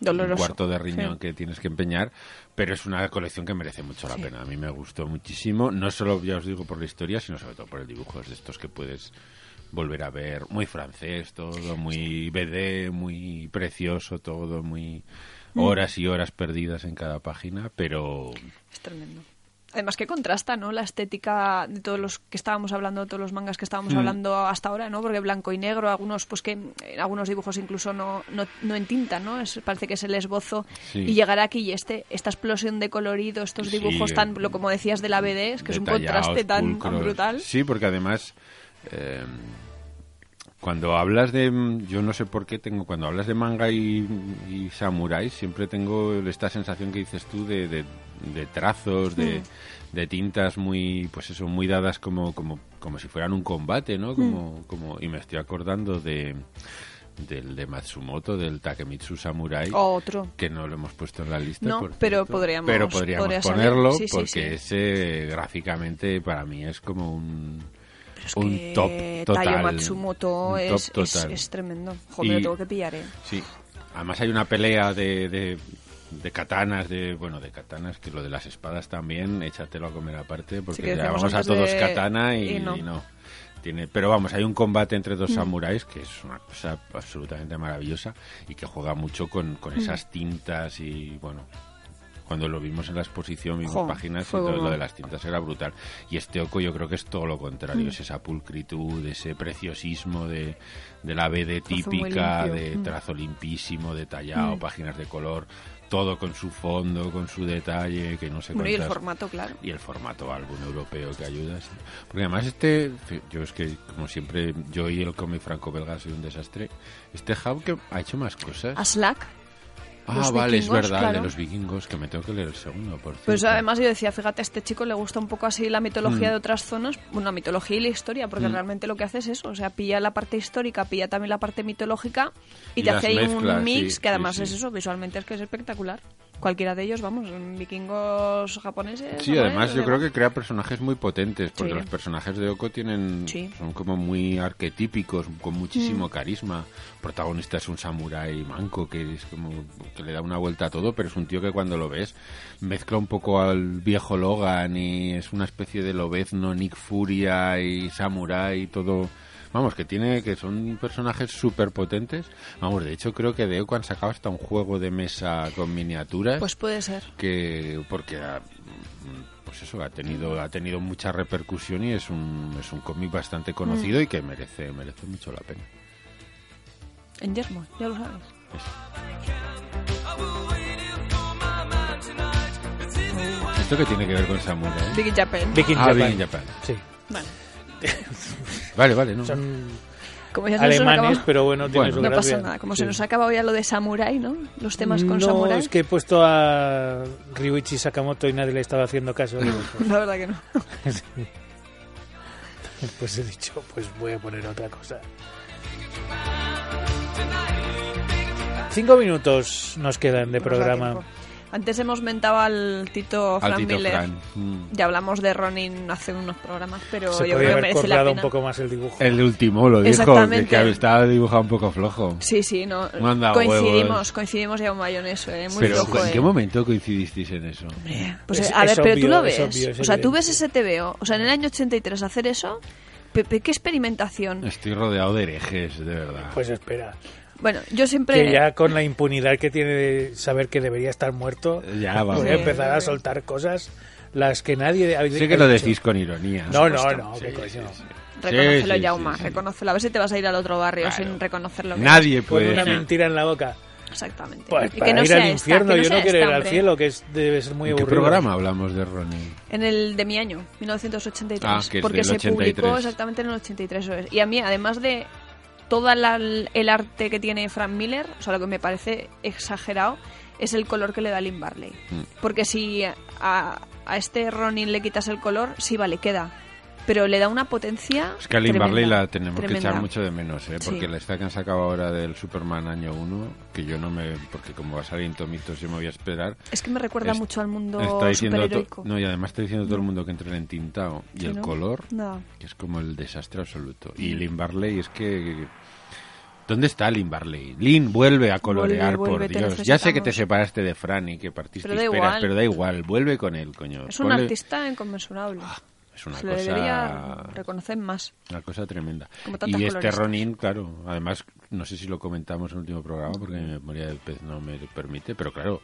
Doloroso. un cuarto de riñón Sí. que tienes que empeñar, pero es una colección que merece mucho la Sí. pena. A mí me gustó muchísimo, no solo ya os digo por la historia, sino sobre todo por el dibujo. Es de estos que puedes volver a ver muy francés todo, muy BD, muy precioso todo, muy Mm. horas y horas perdidas en cada página, pero Es tremendo. Además que contrasta, ¿no? La estética de todos los que estábamos hablando, de todos los mangas que Hmm. estábamos hablando hasta ahora, ¿no? Porque blanco y negro, algunos pues que en algunos dibujos incluso no, no, no en tinta, ¿no? Es- parece que es el esbozo Sí. y llegar aquí y este esta explosión de colorido, estos Sí, dibujos tan, eh, lo como decías de la BD, es que es un detallados, contraste tan, tan pulcros. brutal. Sí, porque además, eh, cuando hablas de. Yo no sé por qué tengo. Cuando hablas de manga y, y samuráis, siempre tengo esta sensación que dices tú de, de- de trazos, de, Mm. de tintas muy. Pues eso, muy dadas como, como, como si fueran un combate, Mm. ¿no? Como, como, y me estoy acordando de. Del de Matsumoto, del Takemitsu Samurai O otro. que no lo hemos puesto en la lista. No, por pero cierto. podríamos- Pero podríamos podría salir. ponerlo Sí, sí, porque sí. ese gráficamente para mí es como un, Es un que top total. Taiyo Matsumoto Un es, top es- total. es tremendo. Joder, lo Y- tengo que pillar, ¿eh? Sí. Además hay una pelea de, de, de katanas, de bueno, de katanas, que lo de las espadas también, échatelo a comer Sí, aparte que porque le decíamos vamos a antes todos de- katana y, y no. Mm. y no. Tiene, pero vamos, hay un combate entre dos samuráis que es una cosa Mm. absolutamente maravillosa y que juega mucho con, con esas tintas y bueno, Cuando lo vimos en la exposición, vimos Jo, páginas y fue todo como- lo de las tintas era brutal. Y este Oco yo creo que es todo lo Mm. contrario, es esa pulcritud, ese preciosismo de, de la BD Trazo muy típica, limpio. de Mm. trazo limpísimo, detallado, Mm. páginas de color, todo con su fondo, con su detalle, que no sé Bueno, y el cuántas- formato, claro. y el formato álbum europeo que ayuda. sí. Porque además este, yo es que como siempre, yo y el cómic franco-belga soy un desastre. Este hub que ha hecho más cosas. A Slack. ah, los vale, es vikingos, verdad, el de claro. los vikingos, que me tengo que leer el segundo, por cierto. Pues además yo decía, fíjate, a este chico le gusta un poco así la mitología Mm. de otras zonas, bueno, la mitología y la historia, porque realmente lo que hace es eso, o sea, pilla la parte histórica, pilla también la parte mitológica y, Y te las hace ahí mezcla, un mix sí, que sí, además sí. es eso, visualmente es que es espectacular. Cualquiera de ellos, vamos, vikingos japoneses. Sí, ¿no? además Eh, yo da creo igual. que crea personajes muy potentes, porque Sí. los personajes de Oko tienen Sí. Mm. son como muy arquetípicos, con muchísimo carisma. El protagonista es un samurái manco que es como que le da una vuelta a todo, pero es un tío que cuando lo ves mezcla un poco al viejo Logan y es una especie de lobezno, Nick Furia y samurái y todo. Vamos, que tiene que son personajes súper potentes. Vamos, de hecho creo que de Oko han sacado hasta un juego de mesa con miniaturas Pues puede ser. que porque ha- pues eso ha tenido ha tenido mucha repercusión y es un es un cómic bastante conocido Mm. y que merece merece mucho la pena En Yermo, ya lo sabes. esto que tiene que ver con Samurai Big Japan. Big in Ah, Japan. Big in Japan. Sí. Bueno, vale vale no Son como ya se nos alemanes, acaba- pero bueno, tienen Bueno. su No gracia. pasa nada, como Sí. se nos ha acabado ya lo de Samurai, ¿no? Los temas con no, Samurai. es que he puesto a Ryuichi Sakamoto y nadie le estaba haciendo caso. Digo, La verdad que no. pues, pues he dicho, pues voy a poner otra cosa. Cinco minutos nos quedan de Nos da programa. tiempo. Antes hemos mentado al Tito Frank Altito Miller. Fran. Mm. Ya hablamos de Ronin hace unos programas, pero Se yo podría creo que haber merece la pena. cortado un poco más el dibujo. el último lo dijo que, Exactamente. que estaba dibujado un poco flojo Sí, sí, no. Manda coincidimos, huevos. eh. coincidimos ya un mayo en eso, eh, muy pero flojo, ¿en eh. qué momento coincidisteis en eso Hombre, Pues, eh, Es- a es ver, pero tú obvio, lo es ves. obvio, es o sea, tú ves evidente. ese TVO. O sea, en el año 83 hacer eso, pe- pe- ¿qué experimentación? estoy rodeado de herejes de verdad Pues espera. Bueno, yo siempre... Que ya con la impunidad que tiene de saber que debería estar muerto, ya vamos voy a empezar a soltar cosas las que nadie... ha- sé que ha lo dicho. decís con ironía No, Por no, supuesto. no, qué coño. Reconócelo, Sí, sí, Yauma, sí, sí. reconócelo. A ver si te vas a ir al otro barrio Claro. sin reconocerlo. nadie Con puede una decir- mentira en la boca. Exactamente. Pues Y para ir sea al esta, infierno que yo sea no quiero esta, ir al hombre. cielo, que es, debe ser muy ¿En qué aburrido. programa hablamos de Ronnie? En el de mi año, 1983. Ah, que es porque del se 83. publicó exactamente en el 83. eso es. Y a mí, además de todo el arte que tiene Frank Miller, o sea, lo que me parece exagerado, es el color que le da Lynn Barley. Mm. Porque si a, a este Ronin le quitas el color, sí, vale, queda. Pero le da una potencia. Es que a Lynn tremenda, Barley la tenemos que tremenda. echar mucho de menos, ¿eh? Porque Sí. la esta que han sacado ahora del Superman año 1, que yo no me... Porque como va a salir en tomitos yo me voy a esperar. Es que me recuerda Es- mucho al mundo Está diciendo... to- superheroico. No, y además está diciendo todo el mundo que entre el entintado y Sí, el ¿no? color, Nada. que es como el desastre absoluto. Y Lynn Barley es que... ¿Dónde está Lynn Barley? Lynn, vuelve a colorear, Vuelve, vuelve, por te Dios. Ya sé que te necesitamos. separaste de Fran y que partiste Pero da esperas, igual. pero da igual. Vuelve con él, coño. Es un Ponle- artista inconmensurable. Ah. Es una Se le cosa... debería reconocer más. Una cosa tremenda. Como tantas Y este coloristas. Ronin, claro, además, no sé si lo comentamos en el último programa porque mi memoria del pez no me lo permite, pero claro,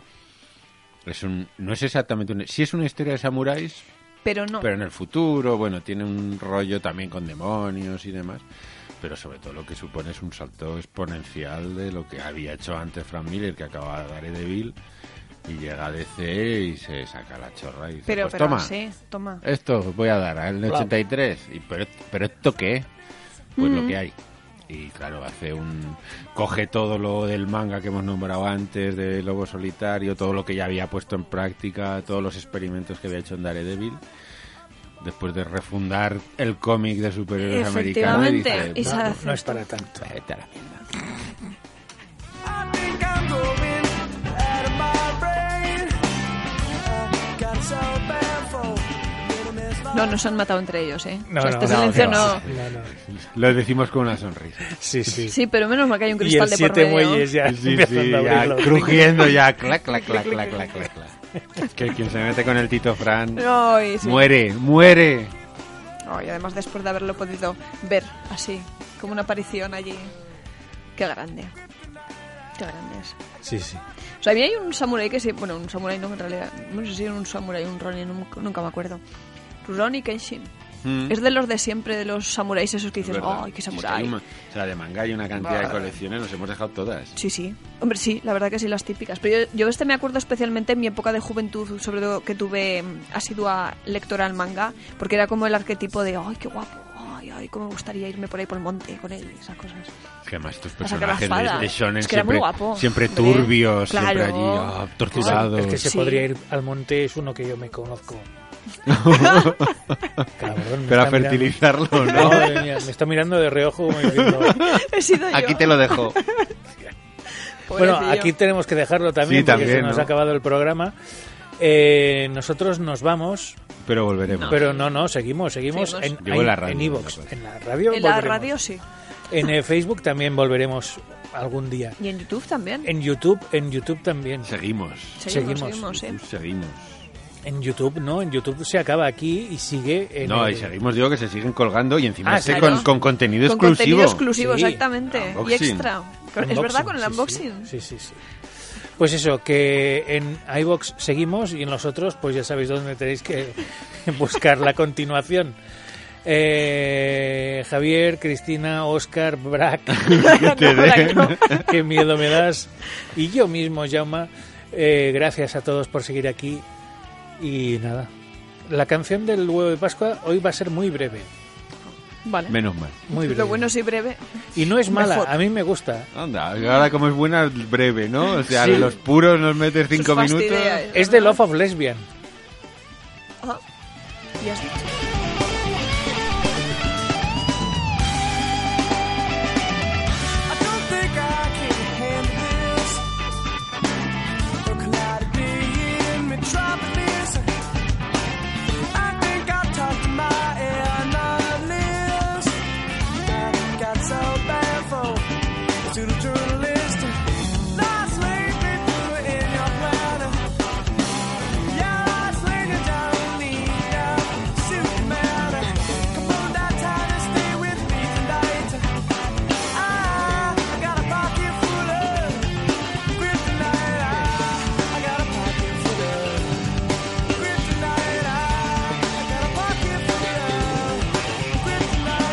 es un, no es exactamente una. Si es una historia de samuráis, Pero no. pero en el futuro, bueno, tiene un rollo también con demonios y demás. Pero sobre todo lo que supone es un salto exponencial de lo que había hecho antes Frank Miller, que acaba de Daredevil, y llega a DC y se saca la chorra y dice, Pero, "Pues pero toma, sí, toma. esto voy a dar al 83. Y, pero, ¿Pero esto qué? Pues lo que hay. Y claro, hace un. Coge todo lo del manga que hemos nombrado antes, de Lobo Solitario, todo lo que ya había puesto en práctica, todos los experimentos que había hecho en Daredevil. Después de refundar el cómic de superhéroes americanos, Efectivamente, dice. y se "Va, No, hace. no es para tanto. vete a la mierda". I think I'm going out of my brain. I got so bad for little miss No, nos han matado entre ellos, ¿eh? No, O sea, no, este no, silencio que no. va. No, no. Lo decimos con una sonrisa. Sí, sí. Sí, pero menos mal que hay un y cristal el de por siete medio. muelles ya Sí, empezando sí, a ya abrirlo. crujiendo ya, clac, clac, clac, clac, clac, clac, clac. Es que quien se mete con el Tito Fran No, y sí. muere, muere. No, y además después de haberlo podido ver así, como una aparición allí. Qué grande. Qué grande es. Sí, sí. O sea, a mí hay un samurái que se... Bueno, un samurái no, en realidad. No sé si era un samurái o un Ronin, nunca, nunca me acuerdo. Rurouni Kenshin. Mm. Es de los de siempre, de los samuráis esos que dices, ¿Verdad? ¡ay, qué Si es que samurái! hay un ma- o sea, de manga hay una cantidad de Bah. colecciones, nos hemos dejado todas. Sí, sí. Hombre, sí, la verdad que sí, las típicas. Pero yo, yo este me acuerdo especialmente en mi época de juventud, sobre todo que tuve mm, asidua lectora al manga, porque era como el arquetipo de, ¡ay, qué guapo! ¡Ay, ay, cómo me gustaría irme por ahí por el monte con él! y Esas cosas. Que además estos O sea, que la personajes espada. de, de shonen Es que era muy siempre, guapo, siempre hombre. turbios, siempre Claro. allí ah, Claro. torturados. El que se Sí. podría ir al monte es uno que yo me conozco. Cabrón, me Pero a está mirando. fertilizarlo, ¿no? Madre mía, me está mirando de reojo como diciendo, He sido yo. Aquí te lo dejo. Bueno, Pobrecillo. aquí tenemos que dejarlo también, Sí, porque también, se nos ¿no? ha acabado el programa. Eh, nosotros nos vamos, Pero volveremos. pero no, no, seguimos, seguimos, Seguimos. en Llegó en- la radio, en iVoox, me en la radio, En la volveremos. radio sí. en eh, Facebook también volveremos algún día, Y en YouTube también. en YouTube, en YouTube también, Seguimos. Seguimos, seguimos. seguimos, ¿eh? Seguimos. en YouTube, no, en YouTube se acaba aquí y sigue. En No, el- y seguimos, digo que se siguen colgando y encima Ah, este claro. con, con contenido Con exclusivo. contenido exclusivo, Sí. exactamente. Y Unboxing. extra. Es Unboxing, verdad, con el sí, unboxing. Sí, sí, sí. Pues eso, que en iBox seguimos y en los otros, pues ya sabéis dónde tenéis que buscar la continuación. Eh, Javier, Cristina, Oscar, Brack, Te de- qué miedo me das. Y yo mismo, Jauma, eh, gracias a todos por seguir aquí. Y nada, la canción del huevo de Pascua hoy va a ser muy breve. Vale. Menos mal. Muy breve. Lo bueno sí breve. y no es mala, mejor. a mí me gusta. Anda, ahora como es buena, breve, ¿no? O sea, Sí. los puros nos metes Sus cinco minutos. fastidias. Es de Love of Lesbian. Ah, ¿Y has dicho? I don't think I can handle this. Look out of being metropolis. I think I talked to my analyst. I got so bad for to the journalist. Not sleeping through in your planet. Yeah, I sling it down yeah. Superman. Come on, that time and stay with me tonight. I got a pocket full of kryptonite. I got a pocket full of kryptonite. I got a pocket full of kryptonite. Oh,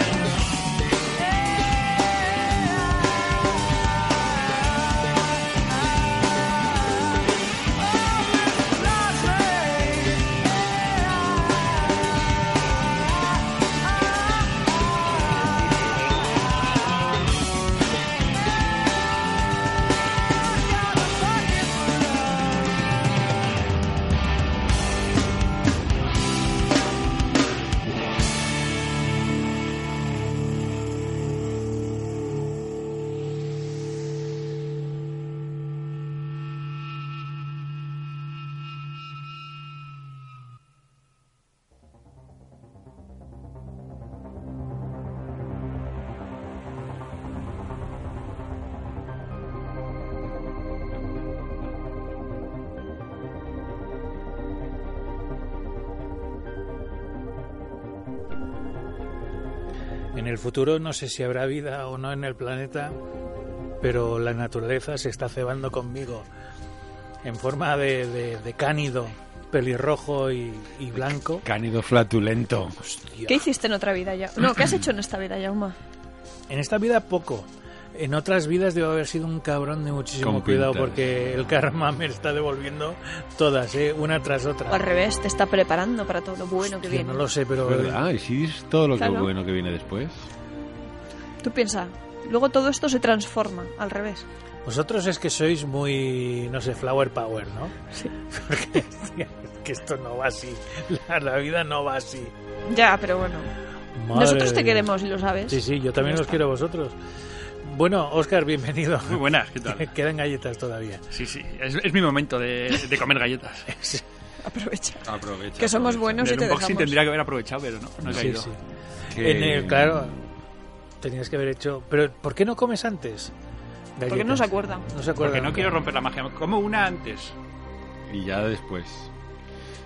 En el futuro no sé si habrá vida o no en el planeta, pero la naturaleza se está cebando conmigo en forma de, de- de cánido, pelirrojo y, y blanco. Cánido flatulento. Hostia. ¿Qué hiciste en otra vida ya? No, ¿qué has hecho en esta vida, Yauma? En esta vida poco. En otras vidas debo haber sido un cabrón de muchísimo Con cuidado pintas. porque el karma me está devolviendo todas, ¿eh? una tras otra. O al revés, te está preparando para todo lo bueno que Hostia, viene. no lo sé, pero ¿Verdad? Y si es todo lo que Claro. bueno que viene después. Tú piensa, luego todo esto se transforma, al revés. vosotros es que sois muy, no sé, flower power, ¿no? Sí. Porque hostia, es que esto no va así, la, la vida no va así. Ya, pero bueno. Madre Nosotros te mía. queremos y lo sabes. Sí, sí, yo también Ya los está. quiero a vosotros. Bueno, Oscar, bienvenido. Muy buenas, ¿qué tal? Quedan galletas todavía. Sí, sí, es, es mi momento de, de comer galletas. Aprovecha. Aprovecha. Que somos buenos y el te unboxing dejamos. tendría que haber aprovechado, pero no, no he Sí, caído. sí. En el- claro, tenías que haber hecho. Pero ¿por qué no comes antes? Galletas. Porque no se acuerda. No se acuerda Porque no nunca. quiero romper la magia. Como una antes. Y ya después.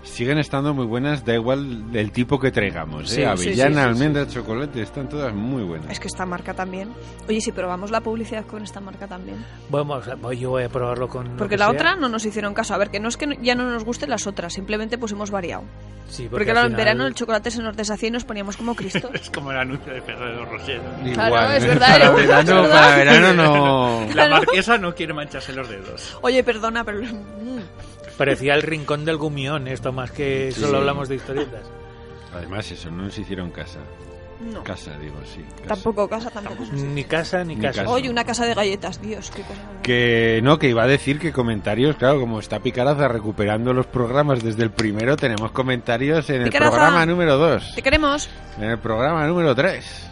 Siguen estando muy buenas, da igual del tipo que traigamos. Sí, ¿eh? sí, Avellana, sí, sí, sí. almendra, chocolate, están todas muy buenas. Es que esta marca también. Oye, si probamos la publicidad con esta marca también. Vamos, a- yo voy a probarlo con. lo Porque que la sea. otra no nos hicieron caso. A ver, que no es que no- ya no nos gusten las otras, simplemente pues hemos variado. Sí, Porque, al claro, en final- verano el chocolate se nos deshacía y nos poníamos como Cristo. Es como el anuncio de Ferrero Rocher. Igual, Claro, es ¿eh? verdad, Para es verano, verdad. para verano no. La marquesa no quiere mancharse los dedos. Oye, perdona, pero... mm. Parecía el rincón del gumión, esto más que Sí. solo hablamos de historietas. Además, eso, no nos hicieron casa. No, Casa, digo, sí. casa. tampoco casa, tampoco. Ni casa ni Ni casa. casa. Oye, una casa de galletas, Dios, qué cosa. más Que no, que iba a decir que comentarios, claro, como está Picaraza recuperando los programas desde el primero, tenemos comentarios en Picaraza. el programa número buena. 2, Te queremos. en el programa número 3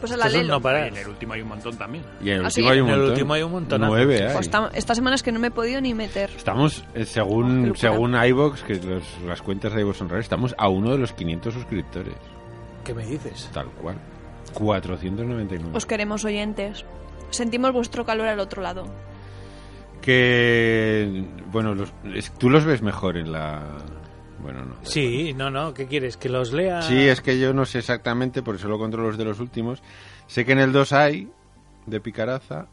Pues a la Estos son Lelo. no parar. eh. En el último hay un montón también. y en el ¿Ah, último sí? hay un En el montón. último hay un montonazo. Nueve hay. Pues tam- esta semana es que no me he podido ni meter. Estamos, eh, Ah, Qué según locura. según iVox, que los- las cuentas de iVox son raras, estamos a uno de los 500 suscriptores, ¿Qué me dices? tal cual. 499. Os queremos oyentes. Sentimos vuestro calor al otro lado. Que, bueno, los- es- tú los ves mejor en la... Bueno, no. Sí, no, no, ¿qué quieres? ¿Que los lea? Sí, es que yo no sé exactamente, por eso lo controlo los de los últimos. Sé que en el 2 hay, de Picaraza.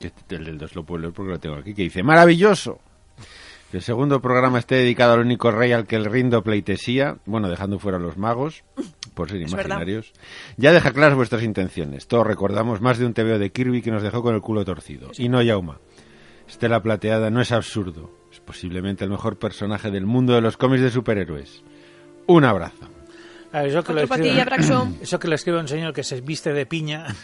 que este- El del 2 lo puedo leer porque lo tengo aquí, que dice: ¡Maravilloso! Que el segundo programa esté dedicado al único rey al que el rindo pleitesía, bueno, dejando fuera a los magos, por ser Es verdad. imaginarios. Ya deja claras vuestras intenciones. Todos recordamos más de un tebeo de Kirby que nos dejó con el culo torcido. Y no Yauma. Estela Plateada no es absurdo. Es posiblemente el mejor personaje del mundo de los cómics de superhéroes. Un abrazo. A ver, eso, que lo Otro para ti, escriba- Abraxo. eso que lo escribe un señor que se viste de piña,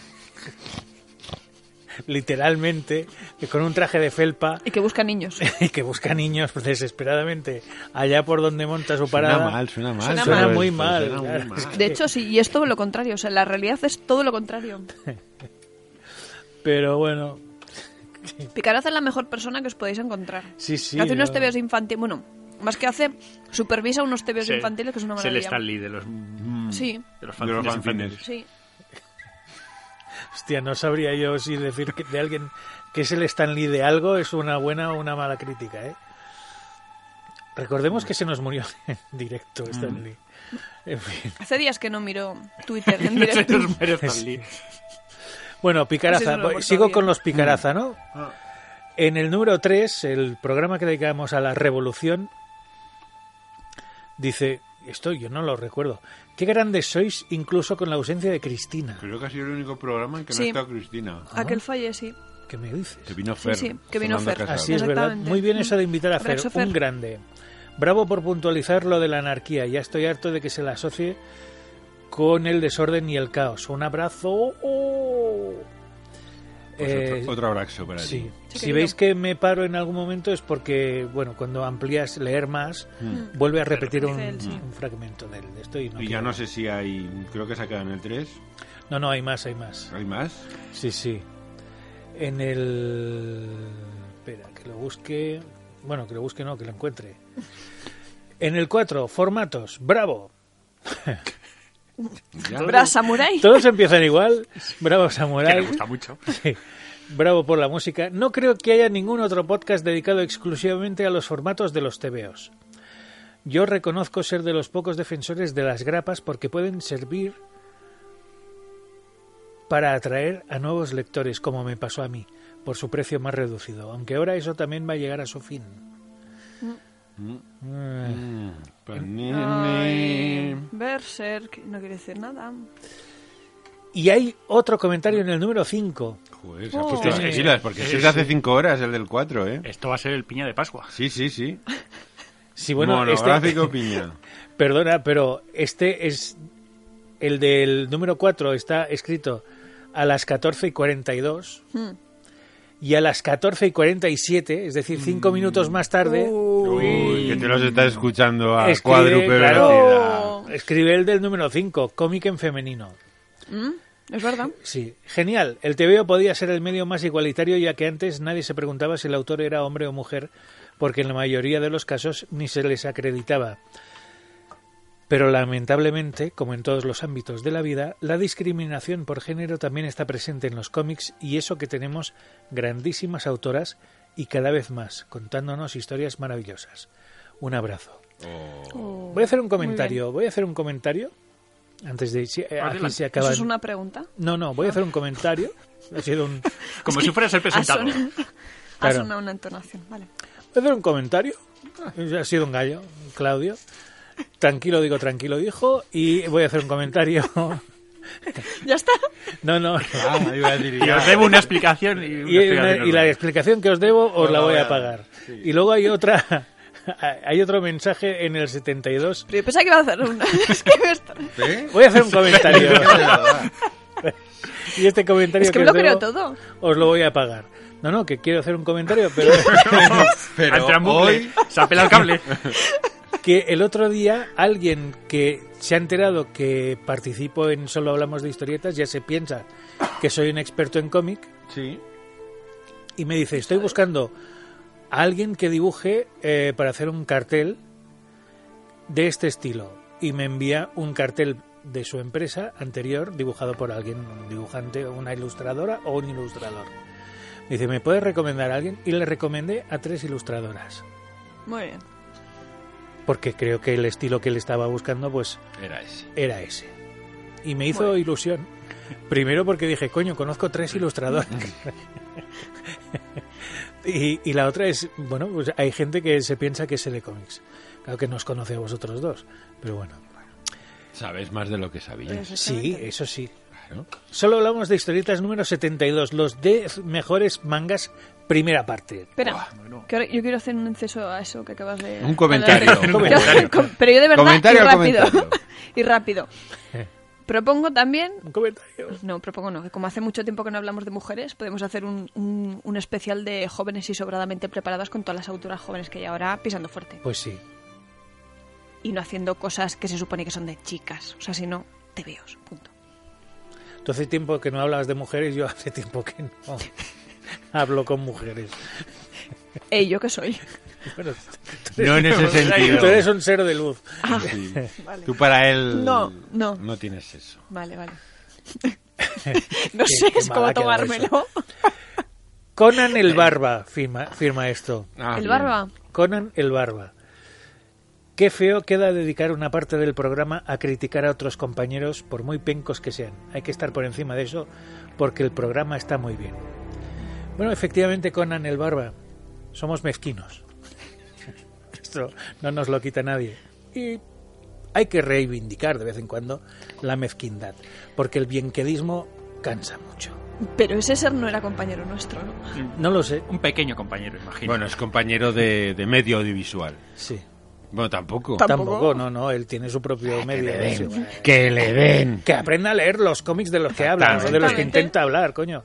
literalmente, que con un traje de felpa Y que busca niños. y que busca niños desesperadamente allá por donde monta su parada. Suena mal, suena mal. Suena Suena mal. muy Pues, mal. suena muy claro. mal. Es que- De hecho, sí, y es todo lo contrario. O sea, la realidad es todo lo contrario. Pero bueno, Picaraza es la mejor persona que os podéis encontrar. sí, sí. hace unos no. tebeos infantiles. Bueno, más que hace, supervisa unos tebeos Se- infantiles que es una Es el maravilla. Stanley de los, de Sí, los De los fanzines fanzines. infantiles. sí. Hostia, no sabría yo si decir que de alguien que es el Stanley de algo es una buena o una mala crítica, ¿eh? Recordemos que se nos murió en directo Stanley. En fin. Hace días que no miro Twitter en No se directo. nos merece Stanley. Bueno, Así Picaraza, nos lo hemos sigo sabido. con los Picaraza, ¿no? En el número 3, el programa que dedicamos a la revolución, dice, esto yo no lo recuerdo, qué grandes sois incluso con la ausencia de Cristina. Creo que ha sido el único programa en que Sí. no ha estado Cristina. Aquel falle, sí. ¿Qué me dices? Que vino Sí, Fer. sí, que vino Fernando Fer. Casado. Así es verdad. Exactamente. Muy bien eso de invitar a Fer, Abrazo, Fer. un grande. Bravo por puntualizar lo de la anarquía. Ya estoy harto de que se la asocie con el desorden y el caos. Un abrazo. ¡Oh! Pues Eh, otro, otro abrazo para sí. ti. Sí, Si querido. veis que me paro en algún momento es porque, bueno, cuando amplías leer más, Mm. vuelve a repetir un, Él, sí. un fragmento del- de esto. Y no Y ya quiero- no sé si hay. Creo que se ha quedado en el 3. No, no, hay más, hay más. ¿Hay más? Sí, sí. En el. Espera, que lo busque. Bueno, que lo busque, no, que lo encuentre. En el 4, formatos. ¡Bravo! Ya. Bra Samurai. Todos empiezan igual. ¡Bravo, Que le Samurai! gusta mucho. Sí. Bravo por la música. No creo que haya ningún otro podcast dedicado exclusivamente a los formatos de los TVOs. Yo reconozco ser de los pocos defensores de las grapas porque pueden servir para atraer a nuevos lectores, como me pasó a mí, por su precio más reducido. Aunque ahora eso también va a llegar a su fin. Eh, Mm, Panini. Ay, Berserk. No quiere decir nada. Y hay otro comentario en el número 5. Joder, se ha Oh. puesto las Sí, pilas, porque sí, este es de hace sí. 5 horas, el del 4, ¿eh? Pues Esto va a ser el piña de Pascua. Sí, sí, sí. Si Bueno, bueno, este- Monográfico piña. Perdona, pero este es el del número 4 está escrito a las 14 y 42 Mm. y a las 14 y 47, es decir, cinco minutos más tarde, Uy, que te los estás escuchando a Escribe, cuádruple claro. velocidad. escribe el del número 5, cómic en femenino. Mm, Es verdad. Sí, genial. El TVO podía ser el medio más igualitario ya que antes nadie se preguntaba si el autor era hombre o mujer, porque en la mayoría de los casos ni se les acreditaba. Pero lamentablemente, como en todos los ámbitos de la vida, la discriminación por género también está presente en los cómics y eso que tenemos grandísimas autoras y cada vez más, contándonos historias maravillosas. Un abrazo. Oh. Voy a hacer un comentario, voy a hacer un comentario antes de si- eh, aquí Adelante. se acaba. ¿Eso es una pregunta? Ah, No, no, voy a hacer un comentario. Ha sido un Como si fueras el presentador. Ha sonado, ha Claro. sonado una entonación, vale. Voy a hacer un comentario. Ha sido un gallo, Claudio. Tranquilo, digo, tranquilo, dijo. Y voy a hacer un comentario. ¿Ya está? No, no. Ah, Y os debo una explicación. Y, una Y, hay una- explicación y la enorme. explicación que os debo os No la la voy voy a a- pagar. Y luego hay otra. Hay otro mensaje en el 72. Pero yo pensaba que iba a hacer una. es que me, está- ¿Eh? Voy a hacer un comentario. y este comentario es que que me os lo creo debo, todo. os lo voy a pagar. No, no, que quiero hacer un comentario, pero Pero Entra en bucle, hoy- se apela al cable. que el otro día alguien que se ha enterado que participo en Solo Hablamos de Historietas ya se piensa que soy un experto en cómic Sí. y me dice, estoy buscando a alguien que dibuje eh, para hacer un cartel de este estilo. Y me envía un cartel de su empresa anterior dibujado por alguien, un dibujante, una ilustradora o un ilustrador. Me dice, ¿me puedes recomendar a alguien? Y le recomendé a tres ilustradoras, Muy bien. porque creo que el estilo que él estaba buscando pues Era ese. era ese. Y me hizo Bueno. ilusión. Primero porque dije, coño, conozco tres ilustradores. y, y la otra es, bueno, pues hay gente que se piensa que es el de cómics. Claro que nos conoce a vosotros dos, pero bueno. Sabes más de lo que sabías. Sí, Exactamente. eso sí. Claro. Solo hablamos de historietas número 72, los 10 mejores mangas, primera parte. Espera, bueno. que ahora yo quiero hacer un inciso a eso que acabas de... Un comentario. hablar de- Un comentario. Com- Pero yo de verdad, Comentario, y rápido. comentario. Eh. y rápido. Propongo también... Un comentario. No, propongo no. que Como hace mucho tiempo que no hablamos de mujeres, podemos hacer un, un- un especial de jóvenes y sobradamente preparadas con todas las autoras jóvenes que hay ahora pisando fuerte. Pues sí. Y no haciendo cosas que se supone que son de chicas. O sea, si no, te veo. Punto. Tú hace tiempo que no hablabas de mujeres, yo hace tiempo que no hablo con mujeres. Ey, ¿yo qué soy? Bueno, No en ese sentido. tú eres un ser de luz. Sí. Tú para él. No, no. No tienes eso. Vale, vale. No Qué- sé qué es mal ha cómo quedado tomármelo. Conan el Barba firma, firma esto. Ah, ¿El bien. barba? Conan el Barba. Qué feo queda dedicar una parte del programa a criticar a otros compañeros por muy pencos que sean. Hay que estar por encima de eso porque el programa está muy bien. Bueno, efectivamente, Conan el Barba, somos mezquinos. Esto no nos lo quita nadie. Y hay que reivindicar de vez en cuando la mezquindad, porque el bienquedismo cansa mucho. Pero ese ser no era compañero nuestro, ¿no? No lo sé, Un pequeño compañero, imagino. Bueno, es compañero de, de medio audiovisual. sí. Bueno, tampoco. Tampoco. Tampoco. no, no, él tiene su propio medio. sí, bueno. Que le den. Que aprenda a leer los cómics de los que habla, no de los que Exactamente. intenta hablar, coño.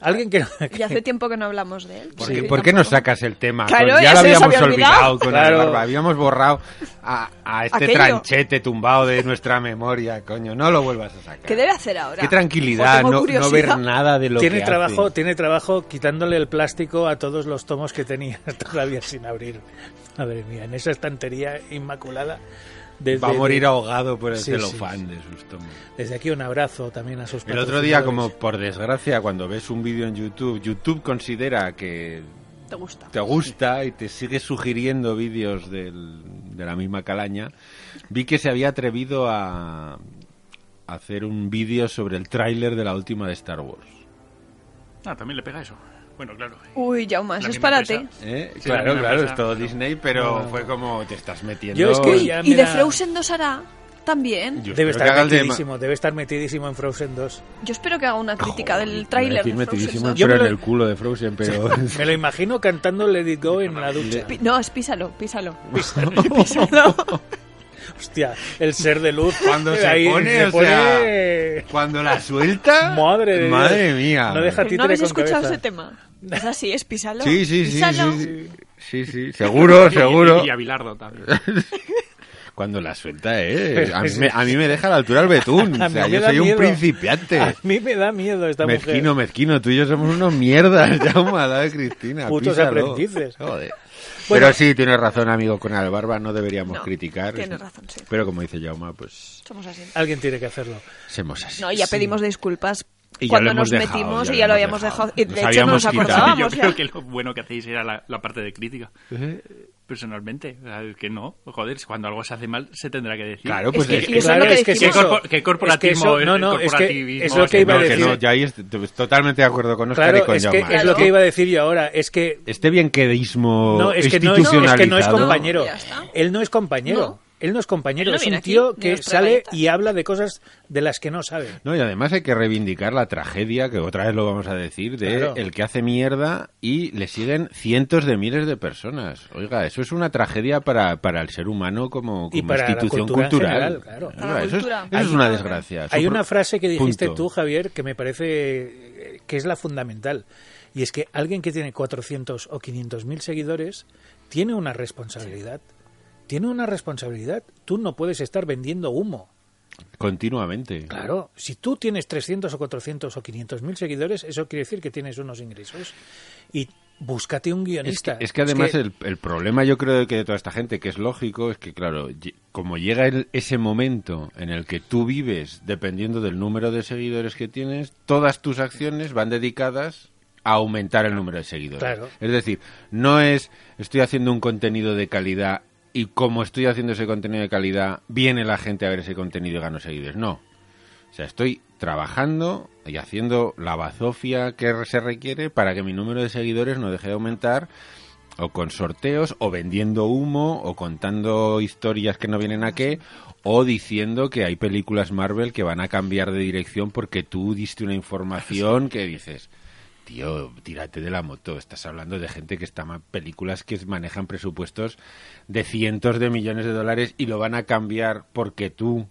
Alguien que... Y hace tiempo que no hablamos de él. ¿Por, Sí, qué, por qué no tampoco. sacas el tema? Claro, Con- ya ya lo se nos habíamos había olvidado olvidado. con Claro. el barba. Habíamos borrado a, a este Aquello. tranchete tumbado de nuestra memoria, coño. No lo vuelvas a sacar. ¿Qué debe hacer ahora? Qué tranquilidad O tengo no, no curiosidad. ver nada de lo Tiene que trabajo, hace. tiene trabajo quitándole el plástico a todos los tomos que tenía todavía sin abrir. Madre mía, en esa estantería inmaculada. Desde, Va a morir ahogado por el Sí, celofán sí, de sus tomos. Desde aquí un abrazo también a sus El otro día, como patrocinadores. por desgracia, cuando ves un vídeo en YouTube, YouTube considera que ¿Te gusta? te gusta y te sigue sugiriendo vídeos del- de la misma calaña, vi que se había atrevido a, a hacer un vídeo sobre el tráiler de la última de Star Wars. Ah, también le pega eso. Bueno, claro. Uy, Jaume, eso La es misma para empresa. ti. ¿Eh? Sí, claro, me claro, pasa, es todo pero- Disney, pero pues, ah, No, no. fue como te estás metiendo. Yo es que Uy, ya y me de da- Frozen 2 hará también. Yo Debe espero que haga estar el de- metidísimo, debe estar metidísimo en Frozen 2. Yo espero que haga una crítica del tráiler Iba a decir de Frozen metidísimo, 2. Yo pero me lo- en el culo de Frozen, pero Me lo imagino cantando Let It Go en la ducha. Pi- No, es písalo, písalo. Písalo. Hostia, el ser de luz. Cuando se ahí pone, o pone- cuando la suelta, Madre de madre Dios. mía. No deja- ¿No Títere habéis con escuchado cabeza. ese tema? Es así, es písalo. Sí, sí, sí, Písalo. sí, sí. Sí, sí, seguro, Y- seguro. Y, a Bilardo también. Cuando la suelta, eh. A mí, me, a mí me deja a la altura el betún. A o sea, mí me yo da soy miedo. un principiante. A mí me da miedo esta Mezquino, mujer. mezquino, tú y yo somos unos mierdas, ya la de Cristina. Putos písalo. aprendices. Joder. Bueno. Pero sí, tienes razón, amigo, con el barba no deberíamos No, criticar. tienes razón, sí. Pero como dice Jauma, pues Somos así. Alguien tiene que hacerlo. somos así. No, ya pedimos disculpas Y ya cuando lo hemos nos dejado, metimos y ya lo habíamos dejado. Y de hecho no habíamos nos quitado. Y Yo acordábamos. creo ya. que lo bueno que hacéis era la, la parte de crítica. Eh. Personalmente, o sea, es que no, joder, si cuando algo se hace mal se tendrá que decir. Claro, pues que- es y eso es lo que ¿Qué, dijimos. corpo- qué es corporativismo? que eso- no, no, es que corporativismo, es lo que iba a No, que decir. no, ya ahí estoy totalmente de acuerdo con Oscar Claro, y con es que Jaume. es lo que iba a decir yo ahora. Es que Este bienquedismo no, es que no es, institucionalizado. es que no es No, compañero. ya está. Él no es compañero. No. Él no es compañero. Él no es viene un aquí, tío ni que nos sale prevalenta. y habla de cosas de las que no sabe. No, y además hay que reivindicar la tragedia, que otra vez lo vamos a decir, de Claro. el que hace mierda y le siguen cientos de miles de personas. Oiga, eso es una tragedia para, para el ser humano como, Y como para la institución cultura en cultural. general, claro. Oiga, Para la eso es, cultura. eso es una desgracia. Eso Hay por- una frase que dijiste punto. tú, Javier, que me parece eh, que es la fundamental. Y es que alguien que tiene 400 o 500 mil seguidores tiene una responsabilidad. Tiene una responsabilidad. Tú no puedes estar vendiendo humo. Continuamente. Claro, si tú tienes 300 o 400 o 500 mil seguidores, eso quiere decir que tienes unos ingresos. Y búscate un Es guionista. que, es que además El, el problema yo creo de que de toda esta gente, que es lógico, es que claro, lle- como llega el- ese momento en el que tú vives dependiendo del número de seguidores que tienes, todas tus acciones van dedicadas a aumentar el número de seguidores. Claro. Es decir, no es estoy haciendo un contenido de calidad y como estoy haciendo ese contenido de calidad, viene la gente a ver ese contenido y gano seguidores. No. O sea, estoy trabajando y haciendo la bazofia que se requiere para que mi número de seguidores no deje de aumentar o con sorteos, o vendiendo humo, o contando historias que no vienen a qué, o diciendo que hay películas Marvel que van a cambiar de dirección porque tú diste una información que dices, tío, tírate de la moto, estás hablando de gente que está ma- películas que manejan presupuestos de cientos de millones de dólares y lo van a cambiar porque tú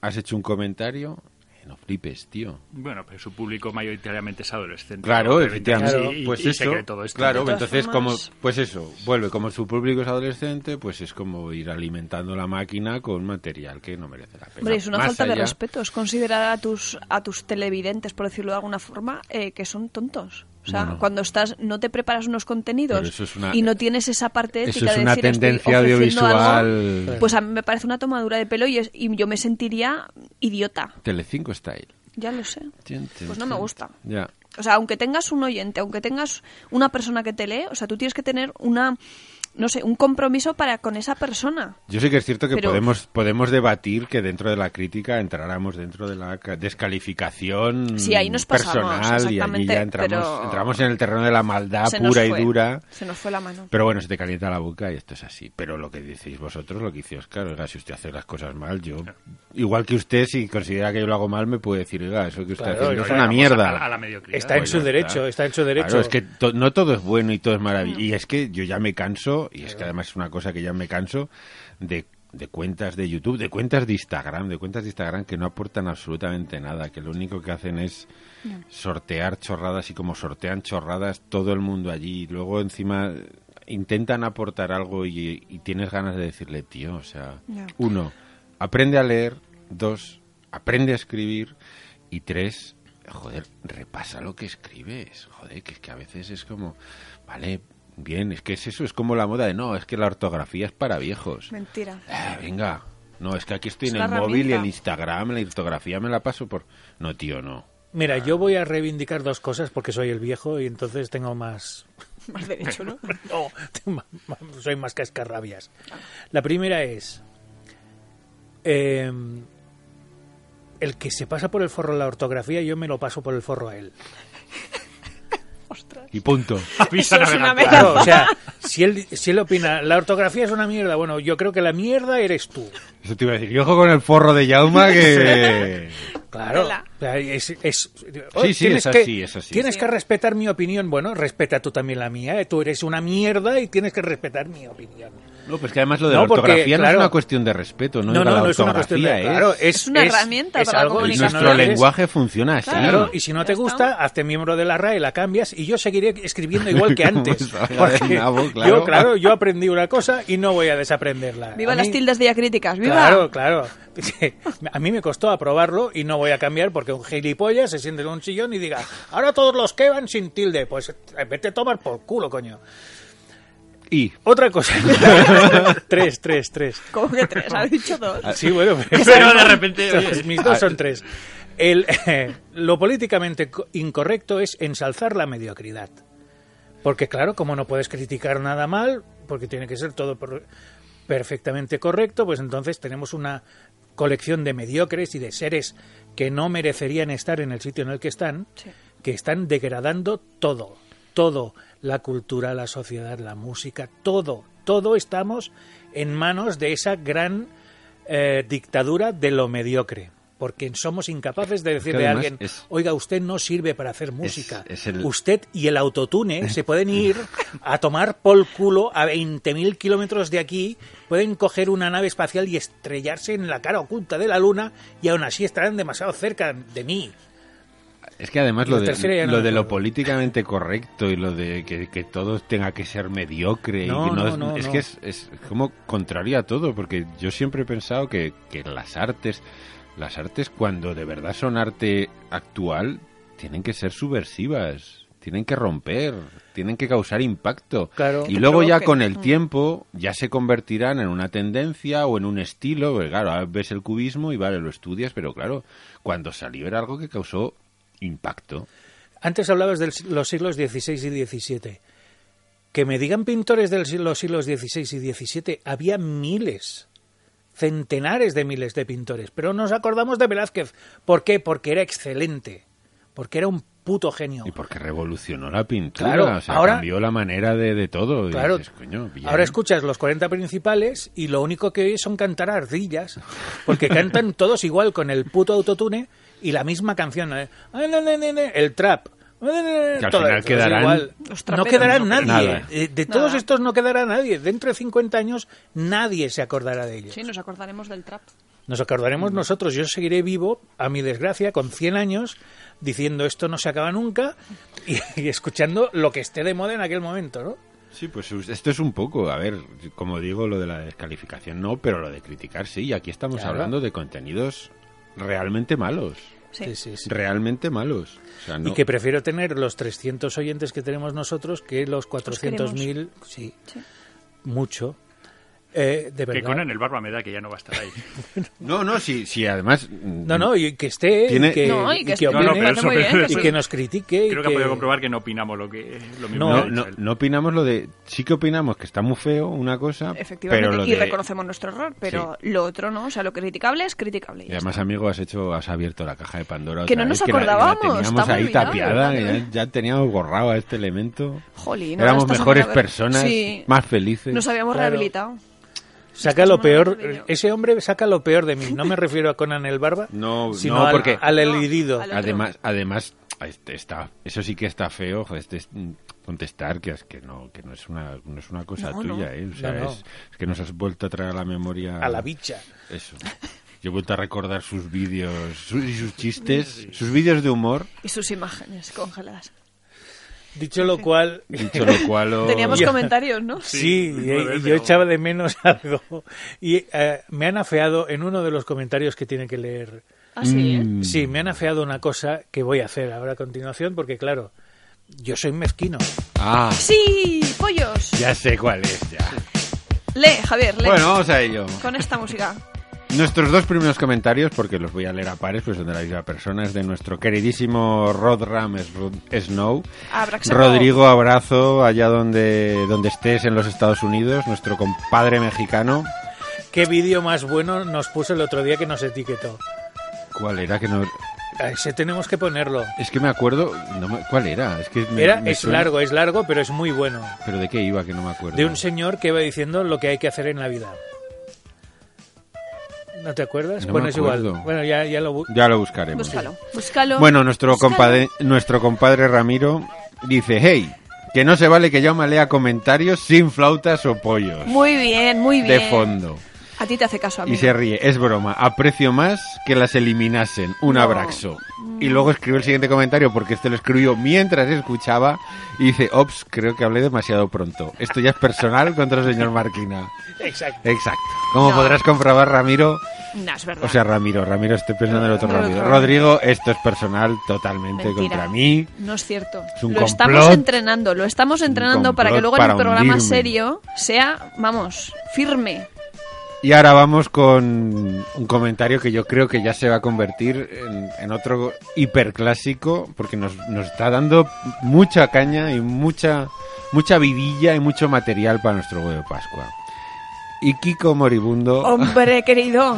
has hecho un comentario. Eh, No flipes, tío. Bueno, pero su público mayoritariamente es adolescente. Claro, Obviamente, efectivamente. así, y- pues y eso, se cree todo esto. Claro, De todas entonces formas- como pues eso, vuelve como su público es adolescente, pues es como ir alimentando la máquina con material que no merece la pena. Hombre, es una Más falta de allá- respeto. Es considerar a tus, a tus televidentes, por decirlo de alguna forma, eh, que son tontos. O sea, Bueno. cuando estás, no te preparas unos contenidos Pero eso es una- y no tienes esa parte Eso ética es de una decir, estoy tendencia ofreciendo algo, audiovisual. pues a mí me parece una tomadura de pelo y, es- y yo me sentiría idiota. Telecinco style. Ya lo sé. Tin, tin, Pues no me tin. gusta. Ya. O sea, aunque tengas un oyente, aunque tengas una persona que te lee, o sea, tú tienes que tener una, no sé, un compromiso para con esa persona. Yo sé que es cierto que Pero- podemos podemos debatir que dentro de la crítica entráramos dentro de la ca- descalificación Sí, ahí nos pasamos, personal y allí exactamente, ya entramos pero- entramos en el terreno de la maldad Se nos Ah, pura y fue. dura. Se nos fue la mano. Pero bueno, se te calienta la boca y esto es así. Pero lo que decís vosotros, lo que hice Oscar, oiga, si usted hace las cosas mal, yo, igual que usted, si considera que yo lo hago mal, me puede decir, oiga, eso que usted Claro, hace oiga, es una vamos mierda. A, a la mediocridad. Está en su ya derecho, está en su derecho. Claro, es que to- no todo es bueno y todo es maravilloso. Y es que yo ya me canso, y es que además es una cosa que ya me canso, de, de cuentas de YouTube, de cuentas de Instagram, de cuentas de Instagram que no aportan absolutamente nada, que lo único que hacen es sortear chorradas y como sortean chorradas todo el mundo allí. Y luego encima eh, intentan aportar algo y, y tienes ganas de decirle, tío, o sea, Ya. uno, aprende a leer, dos, aprende a escribir y tres, joder, repasa lo que escribes, joder, que es que a veces es como, vale, bien, es que es eso, es como la moda de no, es que la ortografía es para viejos. Mentira. Ah, venga, no, es que aquí estoy Es en la el móvil y herramienta. el Instagram, la ortografía me la paso por... No, tío, no. Mira, yo voy a reivindicar dos cosas porque soy el viejo y entonces tengo más. Más derecho, ¿no? No, tengo más- soy más cascarrabias. La primera es. eh, el que se pasa por el forro la ortografía, yo me lo paso por el forro a él. Ostras. Y punto. Avisa Eso es una navegante. Claro, o sea, si él, si él opina, la ortografía es una mierda, bueno, yo creo que la mierda eres tú. Eso te iba a decir, y ojo con el forro de Yauma que... Claro. Tela. O sea, es, es- Sí, sí, tienes es que- así, es así. Tienes Sí. que respetar mi opinión. Bueno, respeta tú también la mía. ¿eh? Tú eres una mierda y tienes que respetar mi opinión. No, pues que además lo de No, la porque, ortografía no es claro. una cuestión de respeto, no, No, Oiga, no, la no es una ortografía cuestión ¿eh? de... es- Claro, es, Es una herramienta para la y si no comunicación. Nuestro lo haces- lenguaje funciona así. Claro, y si no Ya te está. gusta, hazte miembro de la RAE, la cambias y yo seguiré escribiendo igual que antes. Como salga del Porque nabo, Yo, claro. claro, yo aprendí una cosa y no voy a desaprenderla. Viva A las mí- tildes diacríticas, viva. Claro, claro. A mí me costó aprobarlo y no voy a cambiar porque un gilipollas se siente en un sillón y diga, ahora todos los que van sin tilde, pues eh, vete a tomar por culo, coño. Y Otra cosa. tres, tres, tres. Como que tres, ha dicho dos. Sí, bueno, Pero de Ah, repente, oye, Ah, mis dos son tres. El, eh, lo políticamente co- incorrecto es ensalzar la mediocridad. Porque claro, como no puedes criticar nada mal, porque tiene que ser todo por- perfectamente correcto, pues entonces tenemos una colección de mediocres y de seres que no merecerían estar en el sitio en el que están, Sí. que están degradando todo, todo, la cultura, la sociedad, la música, todo, todo estamos en manos de esa gran eh, dictadura de lo mediocre. Porque somos incapaces de decirle a además alguien, es- oiga, usted no sirve para hacer música. es el- Usted y el autotune se pueden ir a tomar por culo a 20.000 kilómetros de aquí, pueden coger una nave espacial y estrellarse en la cara oculta de la luna y aún así estarán demasiado cerca de mí. Es que además La lo tercera ya de, no lo, me de lo acuerdo. políticamente correcto y lo de que, que todo tenga que ser mediocre. No, y que no, es, no, es no. que es, es como contrario a todo, porque yo siempre he pensado que, que las artes, las artes cuando de verdad son arte actual, tienen que ser subversivas, tienen que romper, tienen que causar impacto. Claro. Y luego ya provoquen. con el tiempo ya se convertirán en una tendencia o en un estilo, porque claro, ahora ves el cubismo y vale, lo estudias, pero claro, cuando salió era algo que causó impacto. Antes hablabas de los siglos XVI y XVII. Que me digan pintores de los siglos XVI y XVII, había miles, centenares de miles de pintores, pero nos acordamos de Velázquez. ¿Por qué? Porque era excelente, porque era un puto genio. Y porque revolucionó la pintura, Claro, o sea, ahora- cambió la manera de, de todo. y Claro. dices, coño, bien. Ahora escuchas los 40 principales y lo único que oyes son cantar ardillas, porque cantan todos igual con el puto autotune y la misma canción, ¿eh? el trap. Ah, al todo, final todo es quedarán- igual. Los no traperos, quedará no nadie. Nada. Eh, De todos Nada. estos no quedará nadie. Dentro de 50 años nadie se acordará de ellos. Sí, nos acordaremos del trap. Nos acordaremos nosotros, yo seguiré vivo, a mi desgracia, con 100 años, diciendo esto no se acaba nunca y, y escuchando lo que esté de moda en aquel momento, ¿no? Sí, pues esto es un poco, a ver, como digo, lo de la descalificación no, pero lo de criticar sí, y aquí estamos Claro. hablando de contenidos realmente malos. Sí. sí, sí. Realmente malos. O sea, Y no- que prefiero tener los 300 oyentes que tenemos nosotros que los queremos. 400.000. Sí, Sí. mucho. Eh, de Que verdad. Conan el barba me da que ya no va a estar ahí. No, no, sí, sí, además... No, no, y que esté, y Tiene- que, No, y y que, que esté- No, no, opine, pero eso- muy bien, pero y eso- que nos critique. y Creo que ha podido comprobar que no opinamos lo que lo mismo. que No, ha dicho no, él. no opinamos lo de. Sí que opinamos que está muy feo una cosa, Efectivamente, pero lo y de. reconocemos nuestro error, pero lo otro no, o sea, lo criticable es criticable. y Y ya además, amigo, has hecho, has abierto la caja de Pandora. Que otra no nos vez, la- la acordábamos, teníamos está ahí muy olvidado, tapiada, ¿verdad? ya, ya teníamos borrado a este elemento. está. Jolín, ahora Éramos estás mejores hablando de- personas, Sí. más felices. Nos habíamos Claro. rehabilitado. Saca lo Esto es peor. maravilloso. Ese hombre saca lo peor de mí. No me refiero a Conan el Barba, No, sino no, al, porque- al No, herido. al- otro. Además, además este, está, eso sí que está feo, joder, este, es- mm, contestar que es que no, que no es una, no es una cosa No, no. tuya, ¿eh? O sea, No, no. Es, es que nos has vuelto a traer a la memoria. A la bicha. Eso. Yo he vuelto a recordar sus vídeos sus- y sus chistes, sus vídeos de humor, Y sus imágenes congeladas. Dicho lo cual, dicho lo cual. o- Teníamos Ya. comentarios, ¿no? Sí, Sí, y- nueve, y yo pero- echaba de menos algo. Y eh, me han afeado en uno de los comentarios que tiene que leer. Ah, sí, Mm. ¿eh? Sí, me han afeado una cosa que voy a hacer ahora a continuación, porque claro, yo soy mezquino. Ah, Sí, pollos. ya sé cuál es, ya. Lee, Javier, lee. Bueno, vamos a ello. Con esta música. Nuestros dos primeros comentarios, porque los voy a leer a pares, pues son de la misma persona, es de nuestro queridísimo Rodram Sru- Snow. Abraxano. Rodrigo, abrazo allá donde, donde estés en los Estados Unidos, nuestro compadre mexicano. ¿Qué vídeo más bueno nos puso el otro día que nos etiquetó? ¿Cuál era que no? A Ese tenemos que ponerlo. Es que me acuerdo. no me- ¿Cuál era? Es que me- Era, me es suena- largo, es largo, pero es muy bueno. ¿Pero de qué iba que no me acuerdo? De un señor que va diciendo lo que hay que hacer en la vida. ¿No te acuerdas? No bueno, me es igual. acuerdo. Bueno, ya, ya lo... bu- Ya lo buscaremos. Búscalo. Búscalo. Bueno, nuestro Búscalo. compadre, nuestro compadre Ramiro dice, hey, que no se vale que yo me lea comentarios sin flautas o pollos. Muy bien, muy bien. de fondo. A ti te hace caso a mí. Y se ríe, es broma, aprecio más que las eliminasen. Un No. abrazo. Y luego escribe el siguiente comentario porque este lo escribió mientras escuchaba y dice, ops, creo que hablé demasiado pronto. Esto ya es personal contra el señor Marquina. Exacto. Exacto. Como No. podrás comprobar, Ramiro, No, es verdad. o sea, Ramiro, Ramiro, estoy pensando en el otro No, Ramiro. no. Rodrigo, esto es personal totalmente Mentira. contra mí. No es cierto. Es un lo complot. estamos entrenando, lo estamos un entrenando para que complot luego en para un programa hundirme. serio sea, vamos, firme. Y ahora vamos con un comentario que yo creo que ya se va a convertir en, en otro hiperclásico, porque nos, nos está dando mucha caña y mucha, mucha vidilla y mucho material para nuestro huevo de Pascua. Y Kiko Moribundo. Hombre, querido.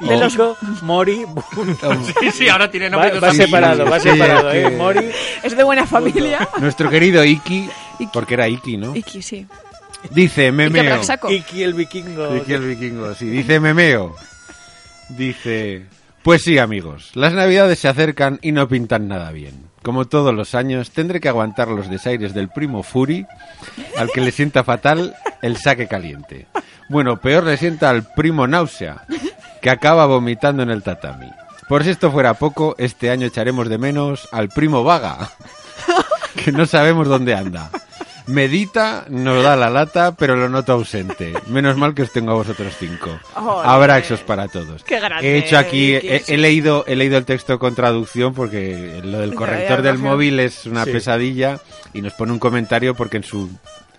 De los... Mori. Sí, sí, ahora tiene nombre va, va totalmente. separado, va Sí, separado, es ¿eh? que- Mori. Es de buena familia. Nuestro querido Iki, Iki. porque era Iki, ¿no? Iki, sí. Dice, Iki memeo. Abraxaco. Iki el vikingo. Dice el vikingo, sí. Dice memeo. Dice, pues sí, amigos. Las navidades se acercan y no pintan nada bien. Como todos los años, tendré que aguantar los desaires del primo Fury, al que le sienta fatal el saque caliente. Bueno, peor le sienta al primo Náusea, que acaba vomitando en el tatami. Por si esto fuera poco, este año echaremos de menos al primo Vaga, que no sabemos dónde anda. Medita, nos da la lata, pero lo noto ausente. Menos mal que os tengo a vosotros cinco. Ole. Abraxos para todos. Qué grande, He hecho aquí, Vicky, he, sí. he leído, he leído el texto con traducción porque lo del Ya, corrector ya, del imagino. móvil es una Sí. pesadilla y nos pone un comentario porque en su,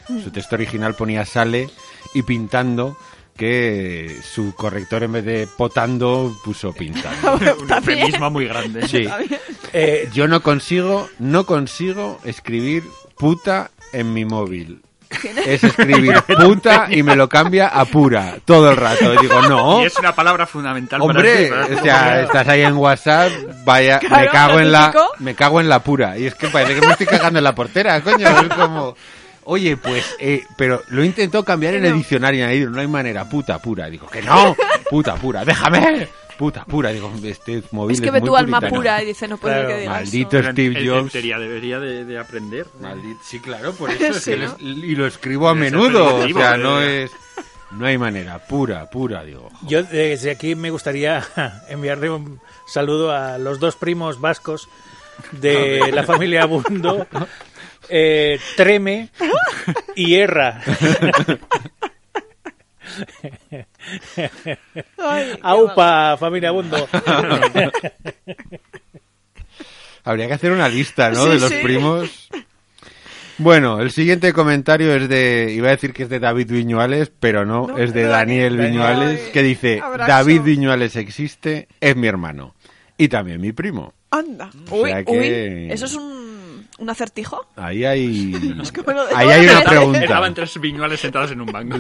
su texto original ponía sale y pintando que su corrector en vez de potando puso pintando. Un También. eufemismo muy grande. Sí. Eh, Yo no consigo, no consigo escribir puta en mi móvil. Es escribir puta y me lo cambia a pura todo el rato. Y digo, no. Y es una palabra fundamental Oh. Hombre, para ti, o ¿verdad? sea, estás ahí en WhatsApp, vaya, Claro, me cago en la, magnífico. me cago en la pura. Y es que parece que me estoy cagando en la portera, coño. Es como, oye, pues, eh, pero lo intentó cambiar en el diccionario y añadir, no hay manera, puta pura. Digo, que no, puta pura, déjame, puta pura. Digo, este móvil Es que es ve muy tu alma puritano. pura y dice, no puedo Claro, que digas maldito Pero en- Steve en- en Jobs. teoría debería de, de aprender. Maldito, sí, claro, por eso es Sí, que ¿no? lo- y lo escribo a Debe ser menudo, o prohibitivo, sea, pero no ya. es, no hay manera, pura, pura, digo. yo desde aquí me gustaría enviarle un saludo a los dos primos vascos de la familia Bundo, eh, Treme y Erra. eso. Ay, qué guapo. ¡Aupa, familia Bundo! Habría que hacer una lista, ¿no? Sí, de los sí. primos. Bueno, el siguiente comentario es de, iba a decir que es de David Viñuales, pero no, No, es de no, Daniel Daniel. Viñuales, Ay, que dice, abrazo. David Viñuales existe, es mi hermano. Y también mi primo. Anda. O Uy, sea uy. que- ¿Eso es un, un acertijo? Ahí hay, que me lo dejo ahí hay de una leer. pregunta. Estaban tres viñuales sentados en un banco.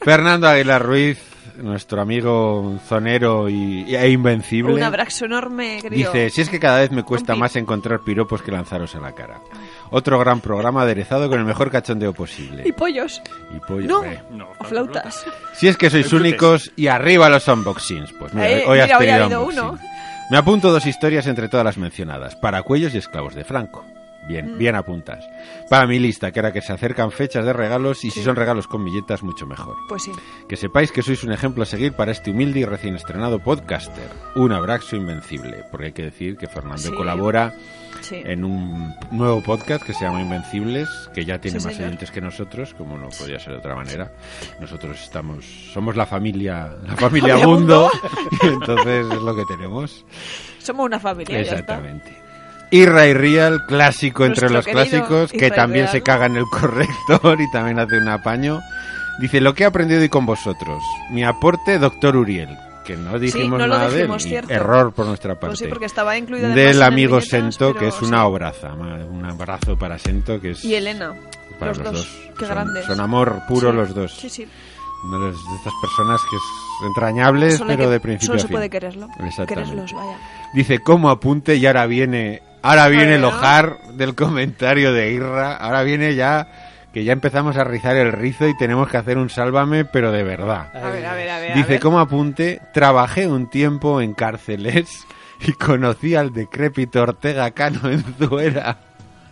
Fernando Aguilar Ruiz, nuestro amigo zonero y, e invencible. Un abrazo enorme, querido. Dice, si es que cada vez me cuesta Compi. más encontrar piropos que lanzaros a la cara. Otro gran programa aderezado con el mejor cachondeo Y posible. pollos. Y pollo, No. hombre. No, O flautas. Si es que sois Disfrutes. únicos y arriba los unboxings. Pues mira, Eh, hoy has mira, hoy ha tenido habido unboxing. uno. Me apunto dos historias entre todas las mencionadas. Para cuellos y esclavos de Franco. Bien, Mm. bien apuntas. Para mi lista, que ahora que se acercan fechas de regalos y si son regalos con billetas, mucho mejor. Pues sí. Que sepáis que sois un ejemplo a seguir para este humilde y recién estrenado podcaster. Un abrazo invencible. Porque hay que decir que Fernando Sí. colabora Sí. en un nuevo podcast que se llama Invencibles, que ya tiene Sí, más señor. oyentes que nosotros, como no podía ser de otra manera. Nosotros estamos, somos la familia, la familia Mundo, y entonces es lo que tenemos. Somos una familia. ya está. Exactamente. Y Ray Real, clásico entre Nuestro los querido clásicos, que Israel también Real. se caga en el corrector y también hace un apaño. Dice, lo que he aprendido y con vosotros. Mi aporte, doctor Uriel. Que no dijimos no lo nada de él, dijimos, y cierto. Error por nuestra parte Pues sí, porque estaba incluida además en del el amigo viñetas, Sento, pero que es sí. una obraza. ma- Un abrazo para Sento, que es Y Elena. para los, los, dos. Qué son, grandes. son amor puro Sí, los dos. Sí, sí. Uno de los- de estas personas que es entrañable, Solo hay pero que- de principio Solo a se fin. puede quererlo. Exactamente. Quererlos, vaya. Dice, como apunte, y ahora viene, ahora viene el Bueno. ojar del comentario de Irra. Ahora viene ya que ya empezamos a rizar el rizo y tenemos que hacer un sálvame, pero de verdad. A ver, a ver, a ver. a Dice, ver. como apunte, trabajé un tiempo en cárceles y conocí al decrépito Ortega Cano en Zuera.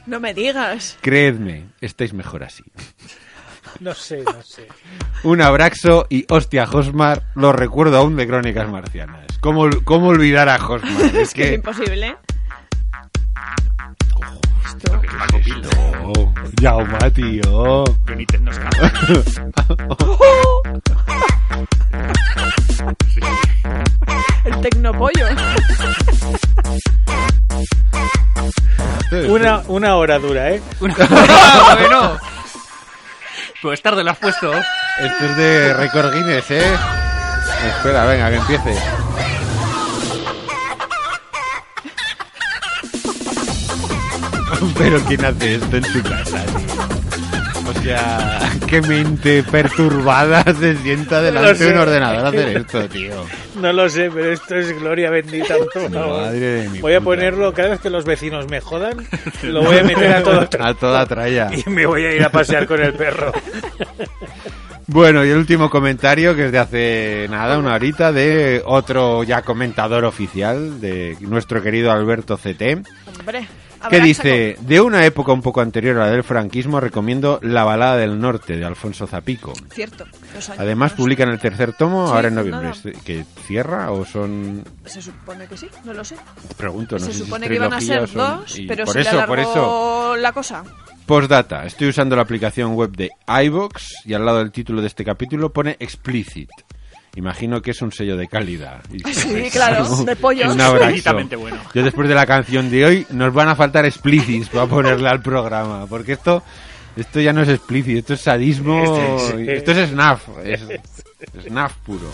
No me digas. Creedme, estáis mejor así. No sé, no sé. Un abrazo y hostia, Josmar, lo recuerdo aún de Crónicas Marcianas. ¿Cómo, ol- cómo olvidar a Josmar? Es que es imposible. ¿eh? Esto. Paco Pil, Oh, Yauma, tío. que ni te- no escapa. El tecnopollo. Una, una hora dura, ¿eh? Una- bueno, pues tarde lo has puesto. Esto es de Record Guinness, ¿eh? Espera, venga, que empiece. Pero ¿quién hace esto en su casa, tío? O sea, qué mente perturbada se sienta Lo delante sé. de un ordenador a hacer esto, tío. No lo sé, pero esto es gloria bendita. por favor. Madre de mi voy a puta ponerlo vida. cada vez que los vecinos me jodan, lo voy a meter a todo A atrás toda tralla. y me voy a ir a pasear con el perro. Bueno, y el último comentario que es de hace nada, una horita, de otro ya comentador oficial, de nuestro querido Alberto CT, Hombre, que abraza dice, de una época un poco anterior a la del franquismo, recomiendo La Balada del Norte, de Alfonso Zapico. con- Cierto. los años- Además, publican el tercer tomo Sí, ahora en no, noviembre. no. ¿Que cierra o son...? Se supone que sí, no lo sé. Pregunto, no se sé si es supone que iban a trilogía o ser son- dos, y pero por se eso, le alargó por eso. la cosa. Postdata, estoy usando la aplicación web de iVox y al lado del título de este capítulo pone explicit. Imagino que es un sello de calidad. Y- pues, Sí, claro, de pollo. Un abrazo. Explícitamente bueno. Yo después de la canción de hoy nos van a faltar explícits para ponerle al programa, porque esto esto ya no es explícito, esto es sadismo, Este es- esto es snaf, es snaf puro.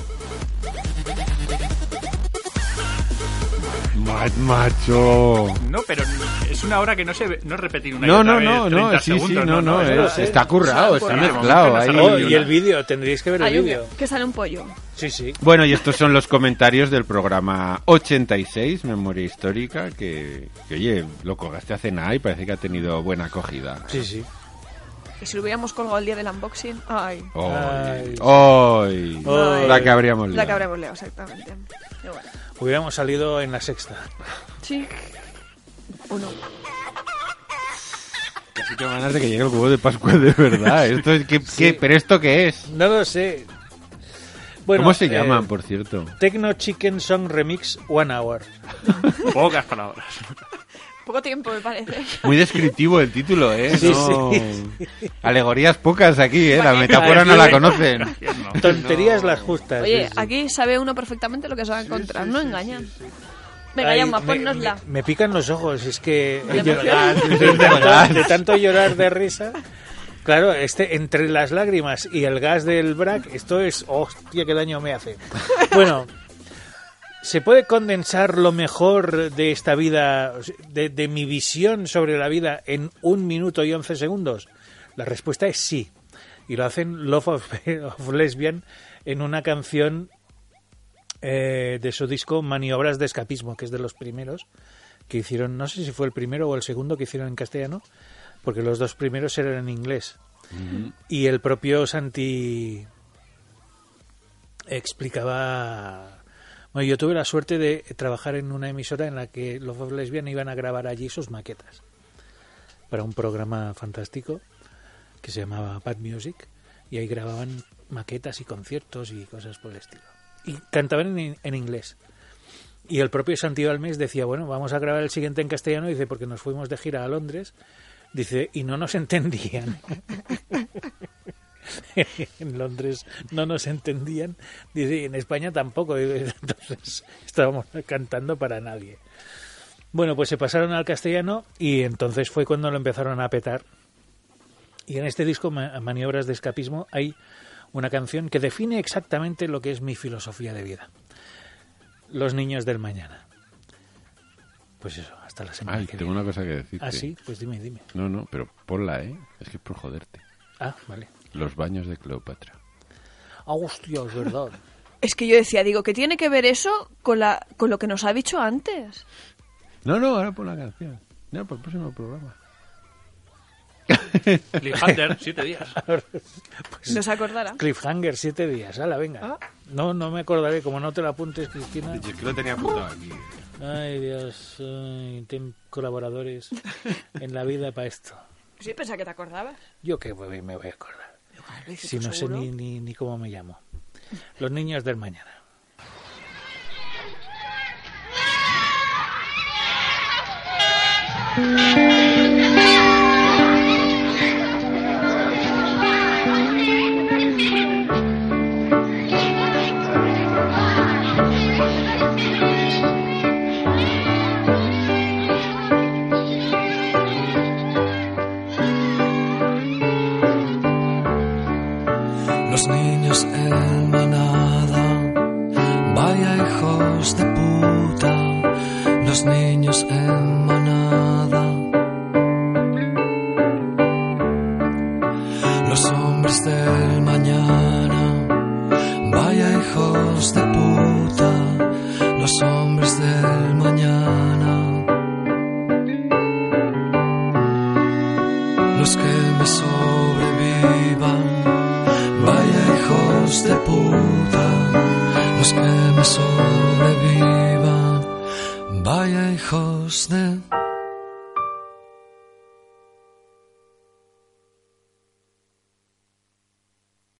Ma- Macho. No, pero es una hora que no se ve- no es repetir una y No, otra no, vez, no, no, 30 sí, sí, segundos, no, no, Eso es- sé. está currado, está currado. mezclado ahí. Bueno, Oh, y el vídeo, tendríais que ver Hay el un vídeo. que sale un pollo. Sí, sí. Bueno, y estos son los comentarios del programa 86, Memoria Histórica, que, que, oye, lo colgaste hace nada y parece que ha tenido buena acogida. Sí, sí. Y si lo hubiéramos colgado el día del unboxing, ay. ¡Ay! Ay. ¡Ay! Ay. La que habríamos La que liado. habremos leído, exactamente. Pero bueno, Hubiéramos salido en la sexta. sí. O no. Casi tengo ganas de que llegue el huevo de Pascua de verdad. Esto es, ¿qué, qué- ¿Pero esto qué es? No lo sé. Bueno, ¿Cómo se eh, llaman, por cierto? Techno Chicken Song Remix One Hour. Pocas palabras. Poco tiempo, me parece. Muy descriptivo el título, ¿eh? Sí, No- sí. Alegorías pocas aquí, ¿eh? La metáfora no la conocen. No. Tonterías las justas. Oye, sí, sí. aquí sabe uno perfectamente lo que se va a encontrar, no engañan. Venga, Ay, llama, me- ponnosla. Me, me pican los ojos, es que... Ah, De de, emoción. tanto, de tanto llorar de risa... Claro, este entre las lágrimas y el gas del brac, esto es... ¡Hostia, qué daño me hace! Bueno, ¿se puede condensar lo mejor de esta vida, de, de mi visión sobre la vida, en un minuto y once segundos? La respuesta es sí. Y lo hacen Love of, of Lesbian en una canción eh, de su disco Maniobras de Escapismo, que es de los primeros que hicieron, no sé si fue el primero o el segundo que hicieron en castellano, porque los dos primeros eran en inglés. Y el propio Santi explicaba... Bueno, yo tuve la suerte de trabajar en una emisora en la que los of Lesbian iban a grabar allí sus maquetas para un programa fantástico que se llamaba Bad Music y ahí grababan maquetas y conciertos y cosas por el estilo. Y cantaban en, en inglés. Y el propio Santi Balmes decía, bueno, vamos a grabar el siguiente en castellano, dice, porque nos fuimos de gira a Londres, dice, y no nos entendían. en Londres no nos entendían, dice, y en España tampoco, dice, entonces estábamos cantando para nadie. Bueno, pues se pasaron al castellano y entonces fue cuando lo empezaron a petar. Y en este disco, Ma- Maniobras de Escapismo, hay una canción que define exactamente lo que es mi filosofía de vida. Los niños del mañana. Pues eso, hasta la semana Ay, que tengo viene. una cosa que decirte. Ah, sí, pues dime, dime. No, no, pero ponla, ¿eh? Es que es por joderte. Ah, vale. Los baños de Cleopatra. Ah, hostia, es verdad. Es que yo decía, digo, ¿qué tiene que ver eso con, la, con lo que nos ha dicho antes? No, no, ahora pon la canción. No, para el próximo programa. Cliffhanger, siete días. Pues No se acordará. Cliffhanger, siete días. Hala, venga. No, no me acordaré. Como no te lo apuntes, Cristina. Es que lo tenía apuntado aquí. Ay, Dios. Ay, ten colaboradores en la vida para esto. Sí, pensaba que te acordabas. Yo qué voy- me voy a acordar. Si no sé ni, ni, ni cómo me llamo. Los niños del mañana. Los niños hijos de puta, los niños en manada, los hombres del mañana, vaya hijos de puta, los hombres del mañana. los que me sobrevivan. Vaya hijos de puta, los que me sobrevivan. Vaya hijos de